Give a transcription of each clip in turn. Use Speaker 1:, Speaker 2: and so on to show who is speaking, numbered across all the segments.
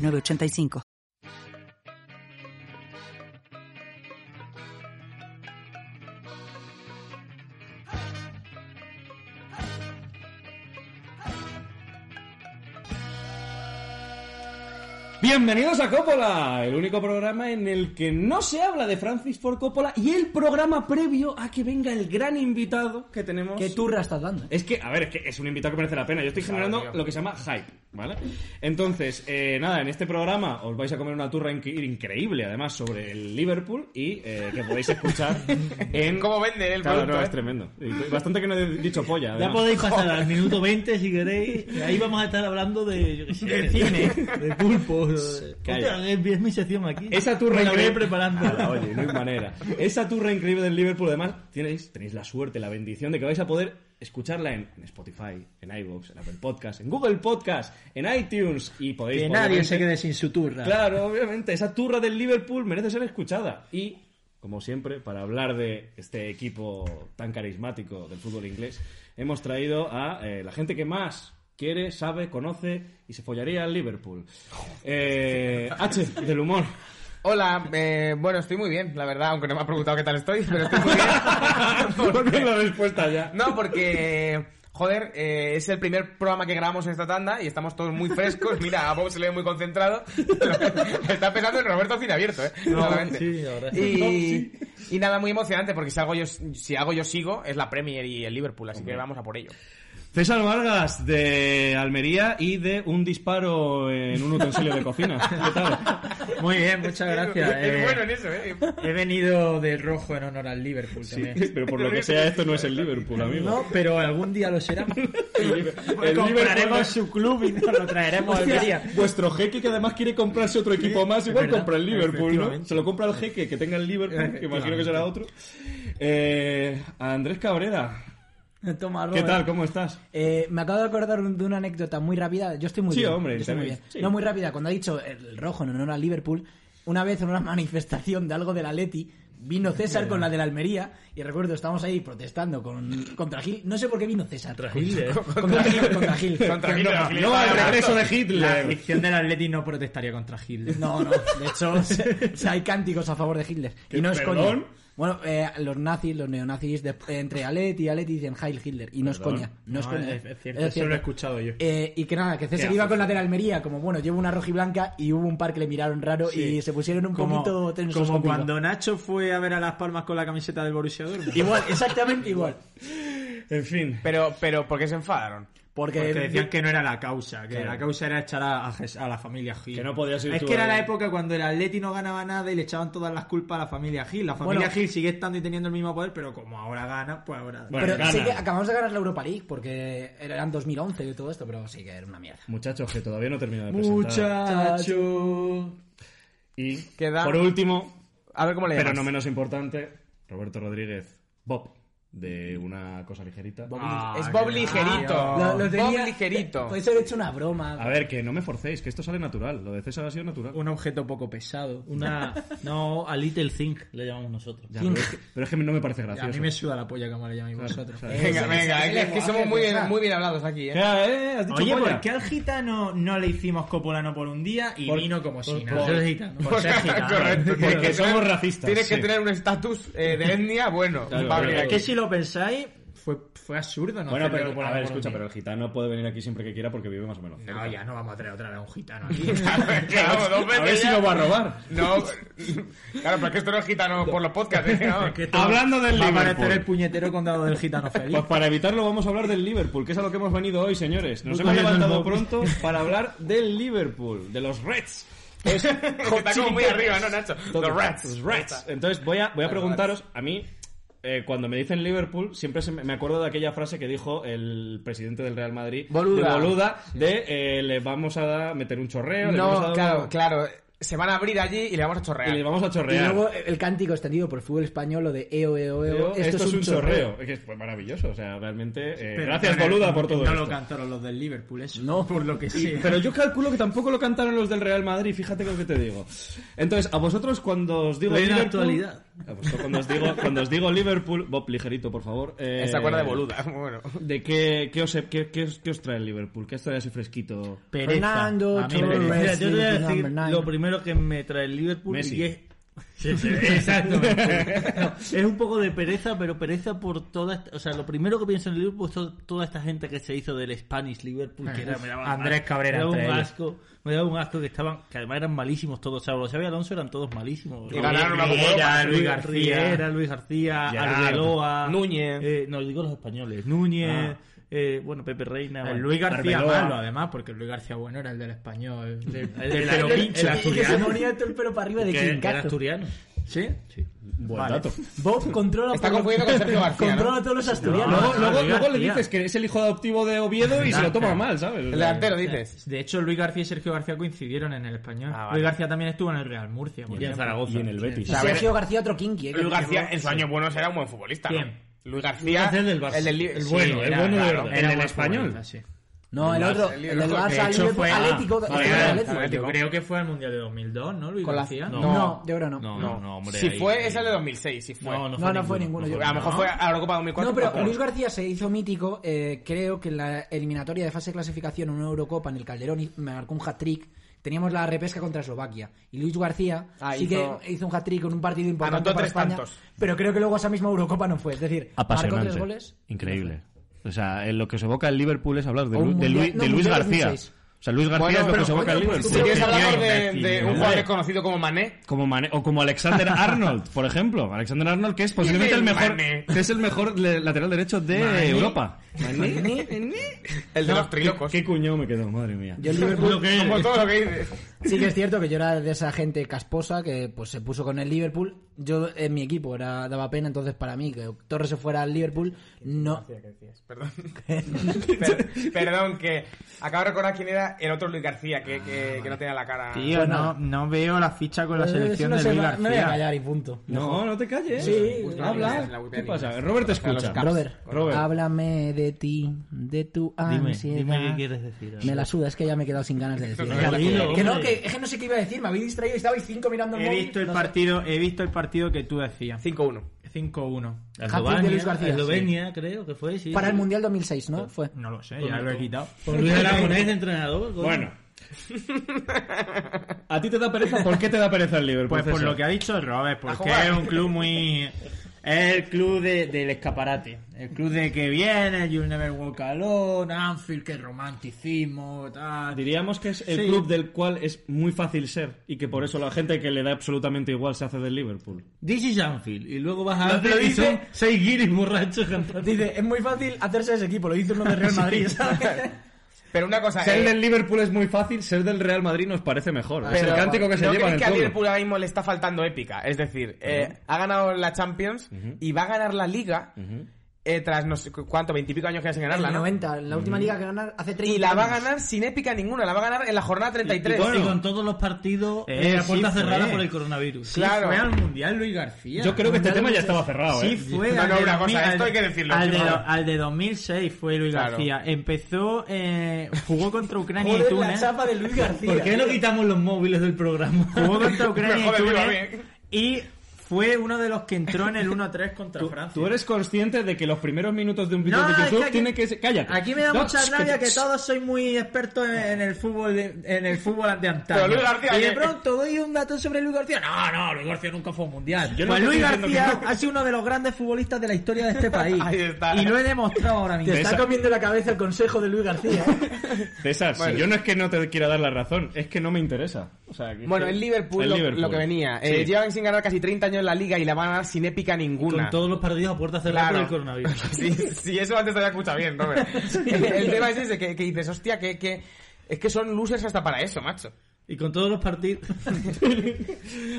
Speaker 1: 985.
Speaker 2: Bienvenidos a Coppola, el único programa en el que no se habla de Francis Ford Coppola y el programa previo a que venga el gran invitado que tenemos.
Speaker 3: ¿Qué turra estás dando?
Speaker 2: Es que, a ver, es que es un invitado que merece la pena. Yo estoy generando lo que se llama hype, ¿vale? Entonces, eh, nada, en este programa os vais a comer una turra inque- increíble, además, sobre el Liverpool y eh, que podéis escuchar en...
Speaker 4: ¿Cómo venden el
Speaker 2: Claro,
Speaker 4: producto?
Speaker 2: no,
Speaker 4: eh?
Speaker 2: es tremendo. Y Bastante que no he dicho polla.
Speaker 5: Ya
Speaker 2: además.
Speaker 5: podéis pasar al minuto 20 si queréis. y ahí vamos a estar hablando de, yo qué sé, de cine, de pulpos. de-
Speaker 2: Calla.
Speaker 5: Hostia, es, es mi sección aquí.
Speaker 2: Esa turra
Speaker 5: Me la voy
Speaker 2: increíble.
Speaker 5: preparando.
Speaker 2: Ala, Ah, oye, no hay manera. Esa turra increíble del Liverpool, además, tenéis, tenéis la suerte, la bendición de que vais a poder escucharla en, en Spotify, en iVoox, en Apple Podcast, en Google Podcast, en iTunes y podéis.
Speaker 3: Que nadie
Speaker 2: obviamente-
Speaker 3: se quede sin su turra.
Speaker 2: Claro, obviamente, esa turra del Liverpool merece ser escuchada. Y, como siempre, para hablar de este equipo tan carismático del fútbol inglés, hemos traído a eh, la gente que más quiere, sabe, conoce y se follaría al Liverpool. Eh, H, del humor.
Speaker 4: Hola, eh, bueno, estoy muy bien, la verdad, aunque no me ha preguntado qué tal estoy, pero estoy muy bien.
Speaker 2: ¿Por qué la respuesta ya?
Speaker 4: No, porque, joder, eh, es el primer programa que grabamos en esta tanda y estamos todos muy frescos. Mira, a Bob se le ve muy concentrado. Está pensando en Roberto Cinabierto, ¿eh? Claramente.
Speaker 5: sí, la verdad.
Speaker 4: y,
Speaker 5: No,
Speaker 4: y nada, muy emocionante, porque si algo yo, si algo yo sigo es la Premier y el Liverpool, así que vamos a por ello.
Speaker 2: César Vargas de Almería y de un disparo en un utensilio de cocina. ¿Qué tal?
Speaker 3: Muy bien, muchas gracias.
Speaker 4: Es
Speaker 3: Eh,
Speaker 4: bueno en eso, ¿eh?
Speaker 3: He venido de rojo en honor al Liverpool también.
Speaker 2: Pero por lo que sea, esto no es el Liverpool, amigo.
Speaker 3: No, pero algún día lo será. Pues
Speaker 2: El
Speaker 3: Compraremos
Speaker 2: Liverpool.
Speaker 3: su club y nos lo traeremos a Almería.
Speaker 2: Vuestro jeque que además quiere comprarse otro equipo más, igual compra el Liverpool, ¿no? Se lo compra el jeque que tenga el Liverpool, que imagino que será otro. Eh, Andrés Cabrera,
Speaker 3: Toma,
Speaker 2: ¿qué
Speaker 3: Robert.
Speaker 2: tal? ¿Cómo estás?
Speaker 3: Eh, me acabo de acordar de una anécdota muy rápida. Yo estoy muy
Speaker 2: Sí,
Speaker 3: bien.
Speaker 2: hombre,
Speaker 3: yo estoy muy
Speaker 2: también.
Speaker 3: bien.
Speaker 2: Sí.
Speaker 3: No muy rápida. Cuando ha dicho el rojo en honor al Liverpool, una vez en una manifestación de algo del Atleti, vino César con la del Almería y recuerdo, estábamos ahí protestando con, contra Gil. No sé por qué vino César. Contra Gil. Contra Gil. Contra Gil.
Speaker 4: Contra Hitler, Hitler,
Speaker 2: No al
Speaker 4: para-
Speaker 2: regreso de
Speaker 6: La
Speaker 2: Hitler.
Speaker 6: afición del Atleti no protestaría contra Hitler.
Speaker 3: No, no. De hecho, o sea, hay cánticos a favor de Hitler.
Speaker 2: ¿Qué,
Speaker 3: Y no es
Speaker 2: perdón?
Speaker 3: coña. Bueno, eh, los nazis, los neonazis, de- entre Aleti y Aleti dicen Heil Hitler. Y no es
Speaker 2: Perdón.
Speaker 3: coña. No, es
Speaker 6: No,
Speaker 3: coña.
Speaker 6: es- es cierto, eso lo he escuchado yo.
Speaker 3: Eh, y que nada, que César
Speaker 2: Qué
Speaker 3: iba con
Speaker 2: asco.
Speaker 3: la de la Almería, como bueno, llevo una roja y blanca y hubo un par que le miraron raro y se pusieron un
Speaker 6: Como-
Speaker 3: poquito tensos.
Speaker 6: Como
Speaker 3: conmigo.
Speaker 6: cuando Nacho fue a ver a Las Palmas con la camiseta del Borussia Dortmund.
Speaker 3: Igual, exactamente igual.
Speaker 2: En fin.
Speaker 4: Pero, pero, ¿por qué se enfadaron?
Speaker 3: Porque,
Speaker 6: Porque decían que no era la causa, que
Speaker 2: Claro.
Speaker 6: la causa era echar a, a Jes- a la familia Gil.
Speaker 2: Que no podías ir
Speaker 6: Es
Speaker 2: tú
Speaker 6: que
Speaker 2: a-
Speaker 6: era la época cuando el Atleti no ganaba nada y le echaban todas las culpas a la familia Gil. La familia
Speaker 3: Bueno.
Speaker 6: Gil sigue estando y teniendo el mismo poder, pero como ahora gana, pues ahora...
Speaker 2: Bueno.
Speaker 3: Pero
Speaker 2: gana.
Speaker 3: sí que acabamos de ganar la Europa League porque eran 2011 y todo esto, pero sí que era una mierda.
Speaker 2: Muchachos, que todavía no termino de presentar.
Speaker 6: Muchacho.
Speaker 2: Y
Speaker 4: Queda-
Speaker 2: por último,
Speaker 4: A ver cómo le
Speaker 2: pero
Speaker 4: llamas.
Speaker 2: no menos importante, Roberto Rodríguez, Bob, de una cosa ligerita.
Speaker 6: Ah,
Speaker 4: es Bob
Speaker 6: qué
Speaker 4: ligerito.
Speaker 3: Lo- lo
Speaker 4: Bob
Speaker 3: tenía-
Speaker 4: ligerito.
Speaker 3: Por eso he hecho una broma.
Speaker 2: A ver, que no me forcéis, que esto sale natural. Lo de César ha sido natural.
Speaker 6: Un objeto poco pesado.
Speaker 5: Una, no, a Little Thing le llamamos nosotros.
Speaker 2: Ya, pero, es que, pero es que no me parece gracioso.
Speaker 6: A mí me suda la polla como le llamáis vosotros.
Speaker 2: Claro, claro.
Speaker 4: Venga,
Speaker 3: Ese-
Speaker 4: venga,
Speaker 3: ese-
Speaker 4: es que somos muy bien, muy bien hablados aquí, ¿eh?
Speaker 2: Ya, eh, has dicho
Speaker 6: Oye,
Speaker 2: polla.
Speaker 6: ¿por qué al gitano no le hicimos copolano por un día y vino como si nada?
Speaker 5: por ser gitano.
Speaker 6: Por ser gitano.
Speaker 2: ¿eh?
Speaker 4: Correcto.
Speaker 2: Porque
Speaker 4: Tienes que
Speaker 2: somos
Speaker 4: tener-
Speaker 2: racistas,
Speaker 4: Tienes que
Speaker 2: sí.
Speaker 4: tener un estatus eh, de etnia bueno.
Speaker 2: Claro,
Speaker 4: Pablo,
Speaker 2: claro.
Speaker 6: Es
Speaker 4: aquí.
Speaker 6: que si lo pensáis, fue, fue absurdo no
Speaker 2: Bueno,
Speaker 6: hacerle
Speaker 2: pero a
Speaker 6: copolano
Speaker 2: ver,
Speaker 6: por un
Speaker 2: escucha,
Speaker 6: día.
Speaker 2: pero el gitano puede venir aquí siempre que quiera porque vive más o menos. cerca.
Speaker 6: No, ya no vamos a traer otra vez a un gitano aquí.
Speaker 4: Claro, dos
Speaker 2: a ver
Speaker 4: veces
Speaker 2: si
Speaker 4: ya.
Speaker 2: lo va a robar.
Speaker 4: No, claro, pero es que esto no es gitano por los podcasts, ¿eh? No.
Speaker 2: Hablando del
Speaker 6: Va a
Speaker 2: Liverpool.
Speaker 6: aparecer el puñetero condado del gitano feliz.
Speaker 2: Pues para evitarlo vamos a hablar del Liverpool, que es a lo que hemos venido hoy, señores. Nos
Speaker 6: Muy
Speaker 2: hemos
Speaker 6: contento,
Speaker 2: levantado
Speaker 6: ¿no?
Speaker 2: pronto para hablar del Liverpool, de los Reds. Es-
Speaker 4: Está como muy arriba, ¿no, Nacho?
Speaker 2: Todo. Pues,
Speaker 4: Los rats.
Speaker 2: Los Reds. Entonces voy a, voy a preguntaros, a mí eh, cuando me dicen Liverpool, siempre se me, me acuerdo de aquella frase que dijo el presidente del Real Madrid. De
Speaker 4: Boluda.
Speaker 2: Boluda, de eh, le vamos a da- meter un chorreo. le vamos a
Speaker 4: No,
Speaker 2: dar-
Speaker 4: claro, claro. Se van a abrir allí y le vamos a
Speaker 2: pues, Y le
Speaker 4: chorrear.
Speaker 2: vamos a
Speaker 3: Y
Speaker 2: chorrear.
Speaker 3: luego el cántico extendido por el fútbol español, lo de eo, eo, eo,
Speaker 2: Digo,
Speaker 3: esto, es un chorreo.
Speaker 2: Es que es pues, maravilloso, o sea, realmente. eh,
Speaker 6: Pero
Speaker 2: gracias,
Speaker 6: no,
Speaker 2: Boluda, por todo
Speaker 6: No
Speaker 2: esto.
Speaker 6: lo cantaron los del Liverpool, eso. No, por lo que
Speaker 2: Y-
Speaker 6: sea.
Speaker 2: pero yo calculo que tampoco lo cantaron los del Real Madrid, fíjate lo que te digo. Entonces, a vosotros cuando os digo
Speaker 5: Plena
Speaker 2: Liverpool,
Speaker 5: actualidad.
Speaker 2: a vosotros cuando os digo, cuando os digo Liverpool, Bob ligerito, por favor. eh,
Speaker 4: Se acuerda de boluda. Bueno.
Speaker 2: ¿De qué, qué os, qué, qué os- qué os trae el Liverpool? ¿Qué os trae así fresquito?
Speaker 5: Pereza.
Speaker 3: Fernando
Speaker 5: A mí
Speaker 3: Torres,
Speaker 5: pereza. Mira, yo te voy a
Speaker 3: Liverpool
Speaker 5: decir
Speaker 3: number nine.
Speaker 5: lo primero que me trae el Liverpool
Speaker 2: Messi.
Speaker 5: y es... Sí, sí, exactamente. No, es un poco de pereza, pero pereza por toda... esta- O sea, lo primero que pienso en el Liverpool es to- toda esta gente que se hizo del Spanish Liverpool, que era, me daba
Speaker 6: Andrés Cabrera
Speaker 5: Me daba
Speaker 6: entre
Speaker 5: un
Speaker 6: ellos.
Speaker 5: asco, me daba un asco que estaban... Que además eran malísimos todos. O sea, los Xavi Alonso eran todos malísimos.
Speaker 4: Y ganaron la Copa
Speaker 6: Riera,
Speaker 4: Europa.
Speaker 6: Luis García.
Speaker 5: Riera, Luis García,
Speaker 4: Gerard,
Speaker 5: Arbeloa,
Speaker 4: Núñez.
Speaker 5: eh, no, digo los españoles. Núñez, eh, bueno, Pepe Reina.
Speaker 6: Ah. El
Speaker 5: bueno.
Speaker 6: Luis García
Speaker 5: Arbeloa.
Speaker 6: malo, además, porque el Luis García bueno era el del español. de-
Speaker 5: El-
Speaker 6: del
Speaker 5: el-
Speaker 6: pelo
Speaker 5: el-
Speaker 6: pincho.
Speaker 3: Que
Speaker 5: el
Speaker 3: se
Speaker 5: asturiano.
Speaker 3: ponía todo el pelo para arriba de
Speaker 5: Que era
Speaker 3: chingazo.
Speaker 5: asturiano.
Speaker 6: ¿Sí?
Speaker 2: Buen
Speaker 6: Vale.
Speaker 2: dato.
Speaker 3: Bob controla,
Speaker 4: Está
Speaker 3: por-
Speaker 4: confundiendo con Sergio García,
Speaker 3: controla
Speaker 4: ¿no?
Speaker 3: a todos los
Speaker 5: Ah,
Speaker 3: asturianos.
Speaker 2: Luego, luego-
Speaker 6: Luis
Speaker 2: luego le
Speaker 6: García.
Speaker 2: dices que es el hijo adoptivo de Oviedo y se lo toma mal, ¿sabes? O
Speaker 4: El
Speaker 2: sea,
Speaker 4: delantero, dices.
Speaker 6: De hecho, Luis García y Sergio García coincidieron en el español.
Speaker 4: Ah, vale.
Speaker 6: Luis García también estuvo en el Real Murcia. por
Speaker 5: Y en
Speaker 6: ejemplo.
Speaker 5: Zaragoza.
Speaker 2: Y en el Betis.
Speaker 3: Y Sergio García otro kinky. eh, que
Speaker 4: Luis García
Speaker 3: llegó-
Speaker 4: en su año bueno será un buen futbolista. ¿no?
Speaker 6: ¿Quién?
Speaker 4: Luis
Speaker 6: Ah,
Speaker 4: García.
Speaker 5: García, el del Barça.
Speaker 4: Li-
Speaker 5: El
Speaker 4: sí,
Speaker 5: bueno, el
Speaker 4: era,
Speaker 5: bueno de
Speaker 4: claro.
Speaker 6: Era
Speaker 5: verdad.
Speaker 2: En el
Speaker 6: buen
Speaker 2: español.
Speaker 6: futbolista, sí.
Speaker 3: No, el otro, el
Speaker 4: el
Speaker 3: del
Speaker 4: Barça,
Speaker 3: Barça,
Speaker 4: de hecho,
Speaker 3: Liverpool,
Speaker 6: fue-
Speaker 3: Atlético.
Speaker 6: ah,
Speaker 3: que-
Speaker 6: vale,
Speaker 3: era
Speaker 6: vale,
Speaker 3: Atlético.
Speaker 4: Atlético.
Speaker 6: Yo creo que fue al Mundial de 2002, ¿no, Luis
Speaker 4: Con la-
Speaker 6: García?
Speaker 5: no.
Speaker 3: No, yo creo no.
Speaker 5: No, no, no, hombre.
Speaker 4: Si
Speaker 5: ahí-
Speaker 4: fue, es el de 2006, si fue.
Speaker 5: No, no fue,
Speaker 3: No, no fue ninguno, yo-
Speaker 4: A lo mejor fue a la Eurocopa 2004.
Speaker 3: No, pero
Speaker 4: tampoco.
Speaker 3: Luis García se hizo mítico, eh, creo que en la eliminatoria de fase de clasificación en una Eurocopa en el Calderón y- me marcó un hat-trick. Teníamos la repesca contra Eslovaquia. Y Luis García
Speaker 4: Ah,
Speaker 3: sí
Speaker 4: hizo-
Speaker 3: que hizo un hat-trick en un partido importante
Speaker 4: Anotó
Speaker 3: para
Speaker 4: tres
Speaker 3: España.
Speaker 4: tantos.
Speaker 3: Pero creo que luego a esa misma Eurocopa no fue. Es decir, marcó tres goles.
Speaker 2: Increíble. O sea, en lo que se evoca el Liverpool es hablar de,
Speaker 3: O un
Speaker 2: Lu- de
Speaker 3: mundial-
Speaker 2: Lu-
Speaker 3: no,
Speaker 2: de Luis
Speaker 3: mundial
Speaker 2: García.
Speaker 3: 2006.
Speaker 2: O sea, Luis García
Speaker 4: Bueno,
Speaker 2: es lo
Speaker 4: pero-
Speaker 2: que se evoca el
Speaker 4: oye, pues,
Speaker 2: Liverpool.
Speaker 4: Si quieres hablar de,
Speaker 7: imbécil,
Speaker 4: de un
Speaker 7: hombre.
Speaker 4: jugador conocido como Mané,
Speaker 2: Como Mané- o como Alexander Arnold, por ejemplo. Alexander Arnold, que es posiblemente el mejor,
Speaker 4: Mané.
Speaker 2: que es el mejor le- lateral derecho de Europa.
Speaker 4: el de los trilocos.
Speaker 2: ¿Qué cuño me quedó? Madre mía.
Speaker 3: Yo el Liverpool-
Speaker 4: Como todo lo que dices.
Speaker 3: Sí que es cierto que yo era de esa gente casposa que pues se puso con el Liverpool. Yo en mi equipo era daba pena, entonces para mí que Torres se fuera al Liverpool no
Speaker 4: Perdón. Per- Perdón, que acabo de recordar quién era el otro Luis García, que, que, que no tenía la cara.
Speaker 6: Tío, no, no veo la ficha con la selección
Speaker 3: Eh, no
Speaker 6: de
Speaker 3: se
Speaker 6: Luis
Speaker 3: va- me voy a
Speaker 6: García.
Speaker 3: callar y punto.
Speaker 2: No, no te calles.
Speaker 3: Sí,
Speaker 4: la
Speaker 2: habla.
Speaker 4: Wikipedia
Speaker 2: ¿Qué pasa?
Speaker 4: inglés.
Speaker 2: Robert te
Speaker 4: Para los
Speaker 2: escucha.
Speaker 4: caps.
Speaker 3: Robert,
Speaker 2: Robert.
Speaker 3: háblame de ti, de tu
Speaker 5: Dime,
Speaker 3: ansiedad.
Speaker 5: dime qué quieres decir.
Speaker 3: Me la suda, es que ya me he quedado sin ganas de decirlo.
Speaker 4: no es
Speaker 5: Dilo,
Speaker 3: que no,
Speaker 5: hombre.
Speaker 3: que, es que no sé qué iba a decir, me habéis distraído y estabais cinco mirando el
Speaker 6: He
Speaker 3: móvil.
Speaker 6: visto el
Speaker 3: no sé.
Speaker 6: partido, he visto el partido que tú decías.
Speaker 4: 5-1.
Speaker 6: 5-1.
Speaker 3: Hat-trick de Luis García, sí.
Speaker 5: Eslovenia, creo que fue, sí.
Speaker 3: Para el Mundial 2006, ¿no? Fue.
Speaker 6: No lo sé, ya lo he quitado.
Speaker 5: Con Luis Aragonés de entrenador. coño.
Speaker 2: Bueno. ¿A ti te da pereza? ¿Por qué te da pereza el Liverpool?
Speaker 6: Pues por
Speaker 2: César?
Speaker 6: lo que ha dicho el Robert, porque
Speaker 4: jugar.
Speaker 6: es un club muy... Es el club de- del escaparate. El club de que viene, You'll Never Walk Alone, Anfield, que romanticismo, tal.
Speaker 2: Diríamos que es el
Speaker 6: Sí.
Speaker 2: club del cual es muy fácil ser y que por eso la gente que le da absolutamente igual se hace del Liverpool.
Speaker 5: This is Anfield. Y luego vas
Speaker 3: Lo
Speaker 5: a Anfield y
Speaker 3: dice-
Speaker 5: son seis guiris borrachos cantando.
Speaker 3: Dice, es muy fácil hacerse ese equipo, lo hizo uno de Real Madrid, ¿sabes?
Speaker 4: Pero una cosa.
Speaker 2: Ser
Speaker 4: eh,
Speaker 2: del Liverpool es muy fácil, ser del Real Madrid nos parece mejor. es el
Speaker 4: pero,
Speaker 2: cántico que se
Speaker 4: ¿no
Speaker 2: lleva en
Speaker 4: creéis
Speaker 2: el
Speaker 4: que al
Speaker 2: pueblo.
Speaker 4: Liverpool ahora mismo le está faltando épica? Es decir, eh, ha ganado la Champions y va a ganar la Liga eh, tras no sé cu- cuánto, veintipico años que ya sin
Speaker 3: En
Speaker 4: ganarla,
Speaker 3: el
Speaker 4: ¿no?
Speaker 3: 90, la
Speaker 5: Mm.
Speaker 3: última liga que ganan hace 30
Speaker 4: Y la va a
Speaker 3: años.
Speaker 4: ganar sin épica ninguna, la va a ganar en la jornada 33.
Speaker 5: Y con- y con todos los partidos
Speaker 6: Eh,
Speaker 5: eh, a
Speaker 6: sí
Speaker 5: puerta
Speaker 6: fue.
Speaker 5: cerrada por el coronavirus.
Speaker 6: Sí,
Speaker 4: Claro.
Speaker 6: fue al Mundial Luis García.
Speaker 2: Yo creo que este tema ya estaba cerrado,
Speaker 6: Sí,
Speaker 2: ¿eh?
Speaker 6: fue
Speaker 4: No,
Speaker 6: al
Speaker 4: no,
Speaker 6: de
Speaker 4: una cosa,
Speaker 6: 2000,
Speaker 4: esto hay
Speaker 6: al-
Speaker 4: que decirlo,
Speaker 6: Al de,
Speaker 4: chicos.
Speaker 6: do- al de 2006 fue Luis
Speaker 4: Claro.
Speaker 6: García. Empezó, eh, jugó contra Ucrania y ¿eh?
Speaker 3: Joder, la
Speaker 6: Túnez.
Speaker 3: chapa de Luis García.
Speaker 5: ¿Por qué no quitamos los móviles del programa?
Speaker 6: Jugó contra
Speaker 4: Me
Speaker 6: Ucrania y
Speaker 4: jode, me va
Speaker 6: Túnez.
Speaker 4: bien.
Speaker 6: Y fue uno de los que entró en el 1-3 contra
Speaker 2: Tú,
Speaker 6: Francia.
Speaker 2: tú eres consciente de que los primeros minutos de un vídeo
Speaker 6: No,
Speaker 2: de
Speaker 6: es
Speaker 2: YouTube
Speaker 6: que aquí-
Speaker 2: tienen que ser... Cállate.
Speaker 6: Aquí me da
Speaker 2: No,
Speaker 6: mucha
Speaker 2: sh-
Speaker 6: rabia que
Speaker 2: sh-
Speaker 6: todos sois muy expertos en, en el fútbol de, en el fútbol de antaño.
Speaker 4: Pero Luis García,
Speaker 6: y de
Speaker 4: ¿qué?
Speaker 6: pronto doy un dato sobre Luis García. No, no, Luis García nunca fue un mundial.
Speaker 2: Yo no
Speaker 6: pues
Speaker 2: te
Speaker 6: Luis
Speaker 2: estoy diciendo
Speaker 6: García
Speaker 2: que
Speaker 6: ha sido uno de los grandes futbolistas de la historia de este país.
Speaker 4: Ahí está.
Speaker 6: Y lo he demostrado ahora mismo.
Speaker 3: Te está comiendo la cabeza el consejo de Luis García. ¿eh?
Speaker 2: César,
Speaker 4: Bueno.
Speaker 2: si yo no es que no te quiera dar la razón, es que no me interesa. O sea, que es
Speaker 4: Bueno,
Speaker 2: que-
Speaker 4: el Liverpool,
Speaker 2: el
Speaker 4: lo,
Speaker 2: Liverpool.
Speaker 4: lo que venía. Eh,
Speaker 2: Sí.
Speaker 4: llevan sin ganar casi 30 años en la liga y la van a ganar sin épica ninguna.
Speaker 5: Con todos los partidos a puerta cerrada
Speaker 4: Claro.
Speaker 5: por el coronavirus.
Speaker 4: Sí, sí, eso antes te había escuchado bien, Robert. El, el tema es ese, que, que dices, hostia, que, que- es que son losers hasta para eso, macho.
Speaker 5: Y con todos los partidos.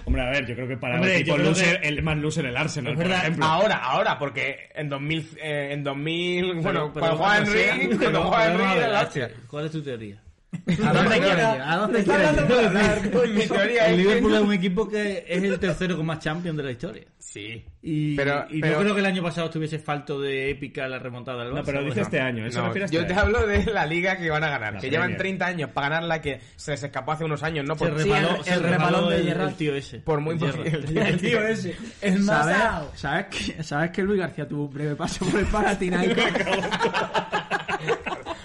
Speaker 2: Hombre, a ver, yo creo que para
Speaker 5: Hombre,
Speaker 2: el equipo
Speaker 5: yo creo
Speaker 2: loser, el más loser el Arsenal,
Speaker 5: Es
Speaker 2: por
Speaker 5: verdad.
Speaker 2: ejemplo.
Speaker 4: Ahora, ahora, porque en 2000, eh, en 2000 bueno,
Speaker 5: Pero- pero
Speaker 4: cuando jugaba
Speaker 5: cuando sea-
Speaker 4: Henry,
Speaker 5: pero-
Speaker 4: cuando jugaba
Speaker 5: pero
Speaker 4: Henry
Speaker 5: vamos a
Speaker 4: era
Speaker 5: ver,
Speaker 4: la hostia.
Speaker 5: ¿Cuál es tu teoría?
Speaker 4: ¿A dónde
Speaker 5: ¿A
Speaker 4: quieres
Speaker 5: dónde-
Speaker 4: ir?
Speaker 5: ¿A dónde
Speaker 4: Está
Speaker 5: quieres
Speaker 4: hablando por
Speaker 5: ir?
Speaker 4: hablar, coño. Mi teoría es
Speaker 5: El
Speaker 4: que-
Speaker 5: Liverpool es un equipo que es el tercero con más champions de la historia.
Speaker 4: Sí.
Speaker 5: Y,
Speaker 4: Pero-
Speaker 5: y
Speaker 4: pero-
Speaker 5: yo creo que el año pasado estuviese falto de épica la remontada del Barça.
Speaker 2: No, pero dice este año, eso
Speaker 4: No,
Speaker 2: refiere a este
Speaker 4: yo te
Speaker 2: año.
Speaker 4: hablo de la liga que van a ganar,
Speaker 2: La
Speaker 4: que
Speaker 2: Premier.
Speaker 4: llevan 30 años para ganar la que se les escapó hace unos años, no
Speaker 5: Se
Speaker 4: por,
Speaker 3: re-
Speaker 5: repaló,
Speaker 3: el-
Speaker 5: se
Speaker 3: el
Speaker 5: repaló
Speaker 3: repalón de
Speaker 5: el-
Speaker 3: Gerrard.
Speaker 5: el tío ese.
Speaker 4: por muy
Speaker 5: El Gerrard.
Speaker 4: posible.
Speaker 3: El tío ese. El más
Speaker 6: ¿Sabes,
Speaker 3: ao.
Speaker 6: sabes que, ¿Sabes que Luis García tuvo un breve paso por el Panathinaikos?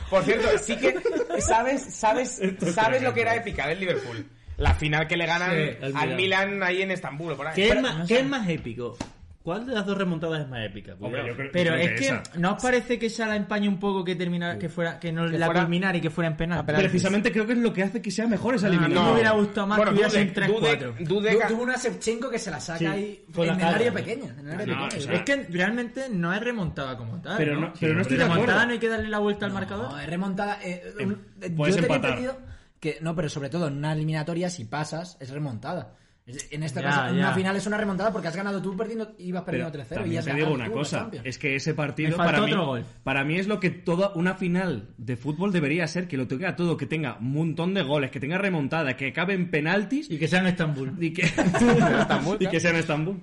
Speaker 4: Por cierto, sí que sabes, sabes, sabes lo que era épica del Liverpool. La final que le ganan
Speaker 5: al
Speaker 4: al
Speaker 5: Milan.
Speaker 4: Milan ahí en Estambul o por ahí.
Speaker 5: ¿Qué, es más, qué es más épico? ¿Cuál de las dos remontadas es más épica?
Speaker 2: Hombre,
Speaker 5: Cuidado.
Speaker 2: yo creo-
Speaker 6: Pero
Speaker 2: yo creo
Speaker 6: es que,
Speaker 2: esa.
Speaker 6: ¿no os parece que esa la empaña un poco que terminara, que fuera, que no
Speaker 4: Que
Speaker 6: la
Speaker 4: fuera-
Speaker 6: culminara y que fuera en penal?
Speaker 2: Precisamente creo que es lo que hace que sea mejor esa
Speaker 6: Ah,
Speaker 2: eliminación.
Speaker 6: no me hubiera gustado más
Speaker 4: Bueno,
Speaker 6: que hubiese un
Speaker 4: Dudek, Dudek-
Speaker 6: 3-4.
Speaker 4: Dudek-
Speaker 3: Tuvo una Shevchenko que se la saca
Speaker 5: Sí,
Speaker 3: ahí
Speaker 5: con
Speaker 3: en
Speaker 5: la
Speaker 3: el
Speaker 5: cara.
Speaker 3: área pequeña. En el área
Speaker 2: No,
Speaker 3: pequeña.
Speaker 2: o sea,
Speaker 6: Es que realmente no es remontada como tal.
Speaker 2: Pero no- pero no estoy de
Speaker 6: remontada
Speaker 2: acuerdo.
Speaker 6: no hay que darle la vuelta al
Speaker 3: No,
Speaker 6: marcador.
Speaker 3: es remontada. eh,
Speaker 2: Em-
Speaker 3: un- eh,
Speaker 2: puedes
Speaker 3: yo tenía
Speaker 2: empatar.
Speaker 3: entendido que no, pero sobre todo en una eliminatoria, si pasas, es remontada. Es- En esta
Speaker 6: Ya,
Speaker 3: cosa, en
Speaker 6: ya.
Speaker 3: una final es una remontada porque has ganado tú perdiendo,
Speaker 2: Pero
Speaker 3: ibas perdiendo 3-0 y
Speaker 2: también
Speaker 3: has
Speaker 2: te
Speaker 3: ganado
Speaker 2: digo una
Speaker 3: tú la
Speaker 2: cosa,
Speaker 3: Champions.
Speaker 2: es que ese
Speaker 6: Me
Speaker 2: partido
Speaker 6: faltó
Speaker 2: para mí,
Speaker 6: otro gol.
Speaker 2: para mí es lo que toda una final de fútbol debería ser, que lo tenga todo, que tenga un montón de goles, que tenga remontada, que acabe en penaltis
Speaker 5: Y que sea en Estambul.
Speaker 2: y que,
Speaker 4: Estambul,
Speaker 2: y que sea en Estambul.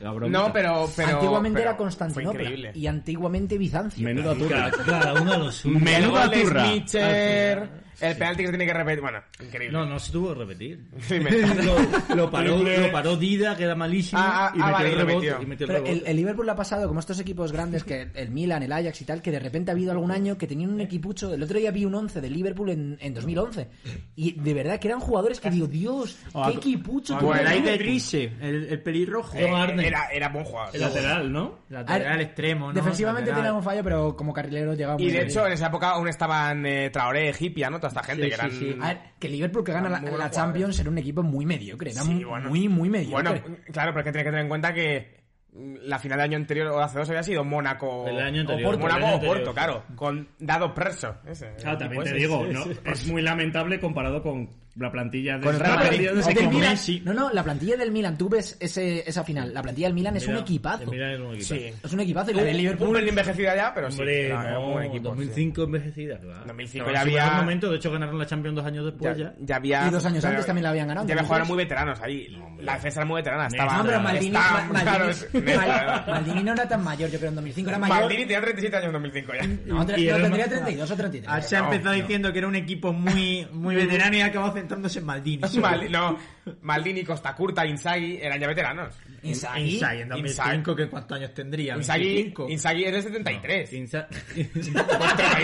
Speaker 2: La bromita.
Speaker 4: No, pero, pero
Speaker 3: antiguamente
Speaker 4: pero
Speaker 3: era
Speaker 4: Fue
Speaker 3: Constantinopla
Speaker 4: increíble.
Speaker 3: y antiguamente Bizancio.
Speaker 2: Menuda turra.
Speaker 5: Cada uno lo suyo.
Speaker 4: El
Speaker 2: Menuda
Speaker 4: gol de
Speaker 2: turra.
Speaker 4: Schmitzer,
Speaker 3: Ah,
Speaker 4: el penalti que se tiene que repetir, bueno, increíble.
Speaker 5: No, no se tuvo que repetir.
Speaker 4: Dime.
Speaker 5: lo, lo paró, lo paró Dida, que era malísimo,
Speaker 4: Ah, ah,
Speaker 5: y,
Speaker 4: ah,
Speaker 5: metió
Speaker 4: vale,
Speaker 5: el
Speaker 4: lo
Speaker 5: rebote,
Speaker 4: metió.
Speaker 5: y metió el
Speaker 3: Pero
Speaker 5: rebote.
Speaker 3: el, el Liverpool lo ha pasado como estos equipos grandes que el Milan, el Ajax y tal, que de repente ha habido algún año que tenían un equipucho. El otro día vi un 11 de Liverpool en, en 2011 y de verdad que eran jugadores que digo, Dios, qué equipucho.
Speaker 6: Como el
Speaker 4: Bueno.
Speaker 6: aire grise, el, el pelirrojo.
Speaker 4: Eh,
Speaker 5: Arne.
Speaker 4: era, era buen jugador.
Speaker 2: El lateral, ¿no?
Speaker 6: Lateral extremo, ¿no?
Speaker 3: Defensivamente
Speaker 6: Lateral.
Speaker 3: tenía un fallo, pero como carrilero llegaba muy
Speaker 4: Y de
Speaker 3: bien.
Speaker 4: hecho, en esa época aún estaban eh, Traoré, Hipia, ¿no? Toda esta gente
Speaker 6: Sí,
Speaker 4: que
Speaker 6: sí,
Speaker 4: eran...
Speaker 6: sí.
Speaker 3: A ver, que Liverpool que gana la,
Speaker 4: Muy buenos
Speaker 3: la
Speaker 4: jugadores.
Speaker 3: Champions era un equipo muy mediocre, era
Speaker 4: Sí,
Speaker 3: muy,
Speaker 4: bueno.
Speaker 3: muy, muy
Speaker 4: Bueno,
Speaker 3: mediocre.
Speaker 4: claro, pero es que tienes que tener en cuenta que mm, la final del año anterior o de hace dos había sido Mónaco
Speaker 5: El año anterior,
Speaker 4: o Porto,
Speaker 5: el año
Speaker 4: Mónaco o
Speaker 5: anterior,
Speaker 4: Porto,
Speaker 5: sí.
Speaker 4: claro, con dado preso. Ese,
Speaker 2: Claro,
Speaker 4: el
Speaker 2: también
Speaker 4: tipo
Speaker 2: te
Speaker 5: pues
Speaker 4: ese.
Speaker 2: digo, no, es muy lamentable comparado con la plantilla de
Speaker 4: Con el
Speaker 2: la
Speaker 4: Real
Speaker 3: Pero
Speaker 2: plantilla de
Speaker 3: del
Speaker 2: ese
Speaker 3: Milan-
Speaker 2: Messi.
Speaker 3: No, no, la plantilla del Milan, tú ves ese, esa final. La plantilla del Milan es un
Speaker 5: Mira,
Speaker 3: equipazo.
Speaker 5: mira, era un equipazo.
Speaker 4: Sí.
Speaker 3: Es un equipazo. Y la del
Speaker 4: Un
Speaker 3: Liverpool.
Speaker 4: pelín envejecida ya, pero sí.
Speaker 5: Hombre,
Speaker 4: era
Speaker 5: no,
Speaker 4: un buen equipo,
Speaker 5: 2005 envejecida, claro.
Speaker 4: 2005
Speaker 5: Pero
Speaker 4: ya
Speaker 5: en su
Speaker 4: había-
Speaker 5: mejor momento, de hecho ganaron la Champions dos años
Speaker 4: sí. Ya,
Speaker 5: después Pues ya.
Speaker 4: ya había...
Speaker 3: Y dos años antes también la habían ganado,
Speaker 4: Ya había
Speaker 3: entonces.
Speaker 4: jugadores muy veteranos ahí. La defensa era muy veterana. Estaba...
Speaker 3: No, pero Maldini,
Speaker 4: estaba-
Speaker 3: Ma-
Speaker 4: claro,
Speaker 3: Maldini-
Speaker 4: es-
Speaker 3: Mal- Maldini no era tan mayor, yo creo, en 2005 era mayor.
Speaker 4: Maldini tenía 37 años en 2005 ya.
Speaker 3: no, tre-
Speaker 5: y
Speaker 3: no,
Speaker 5: era
Speaker 3: tendría
Speaker 5: más-
Speaker 3: 32 o 33.
Speaker 6: Ah, se ha empezado diciendo que era un equipo muy, muy veterano y ha acabado centrándose en Maldini.
Speaker 4: Maldi- no, Maldini, Costa Curta, Inzaghi eran ya veteranos.
Speaker 3: Inzaghi.
Speaker 6: Inzaghi en 2005, que cuántos años tendría?
Speaker 4: Inzaghi,
Speaker 6: 25.
Speaker 4: Inzaghi es del 73.
Speaker 5: Insa-
Speaker 4: Pues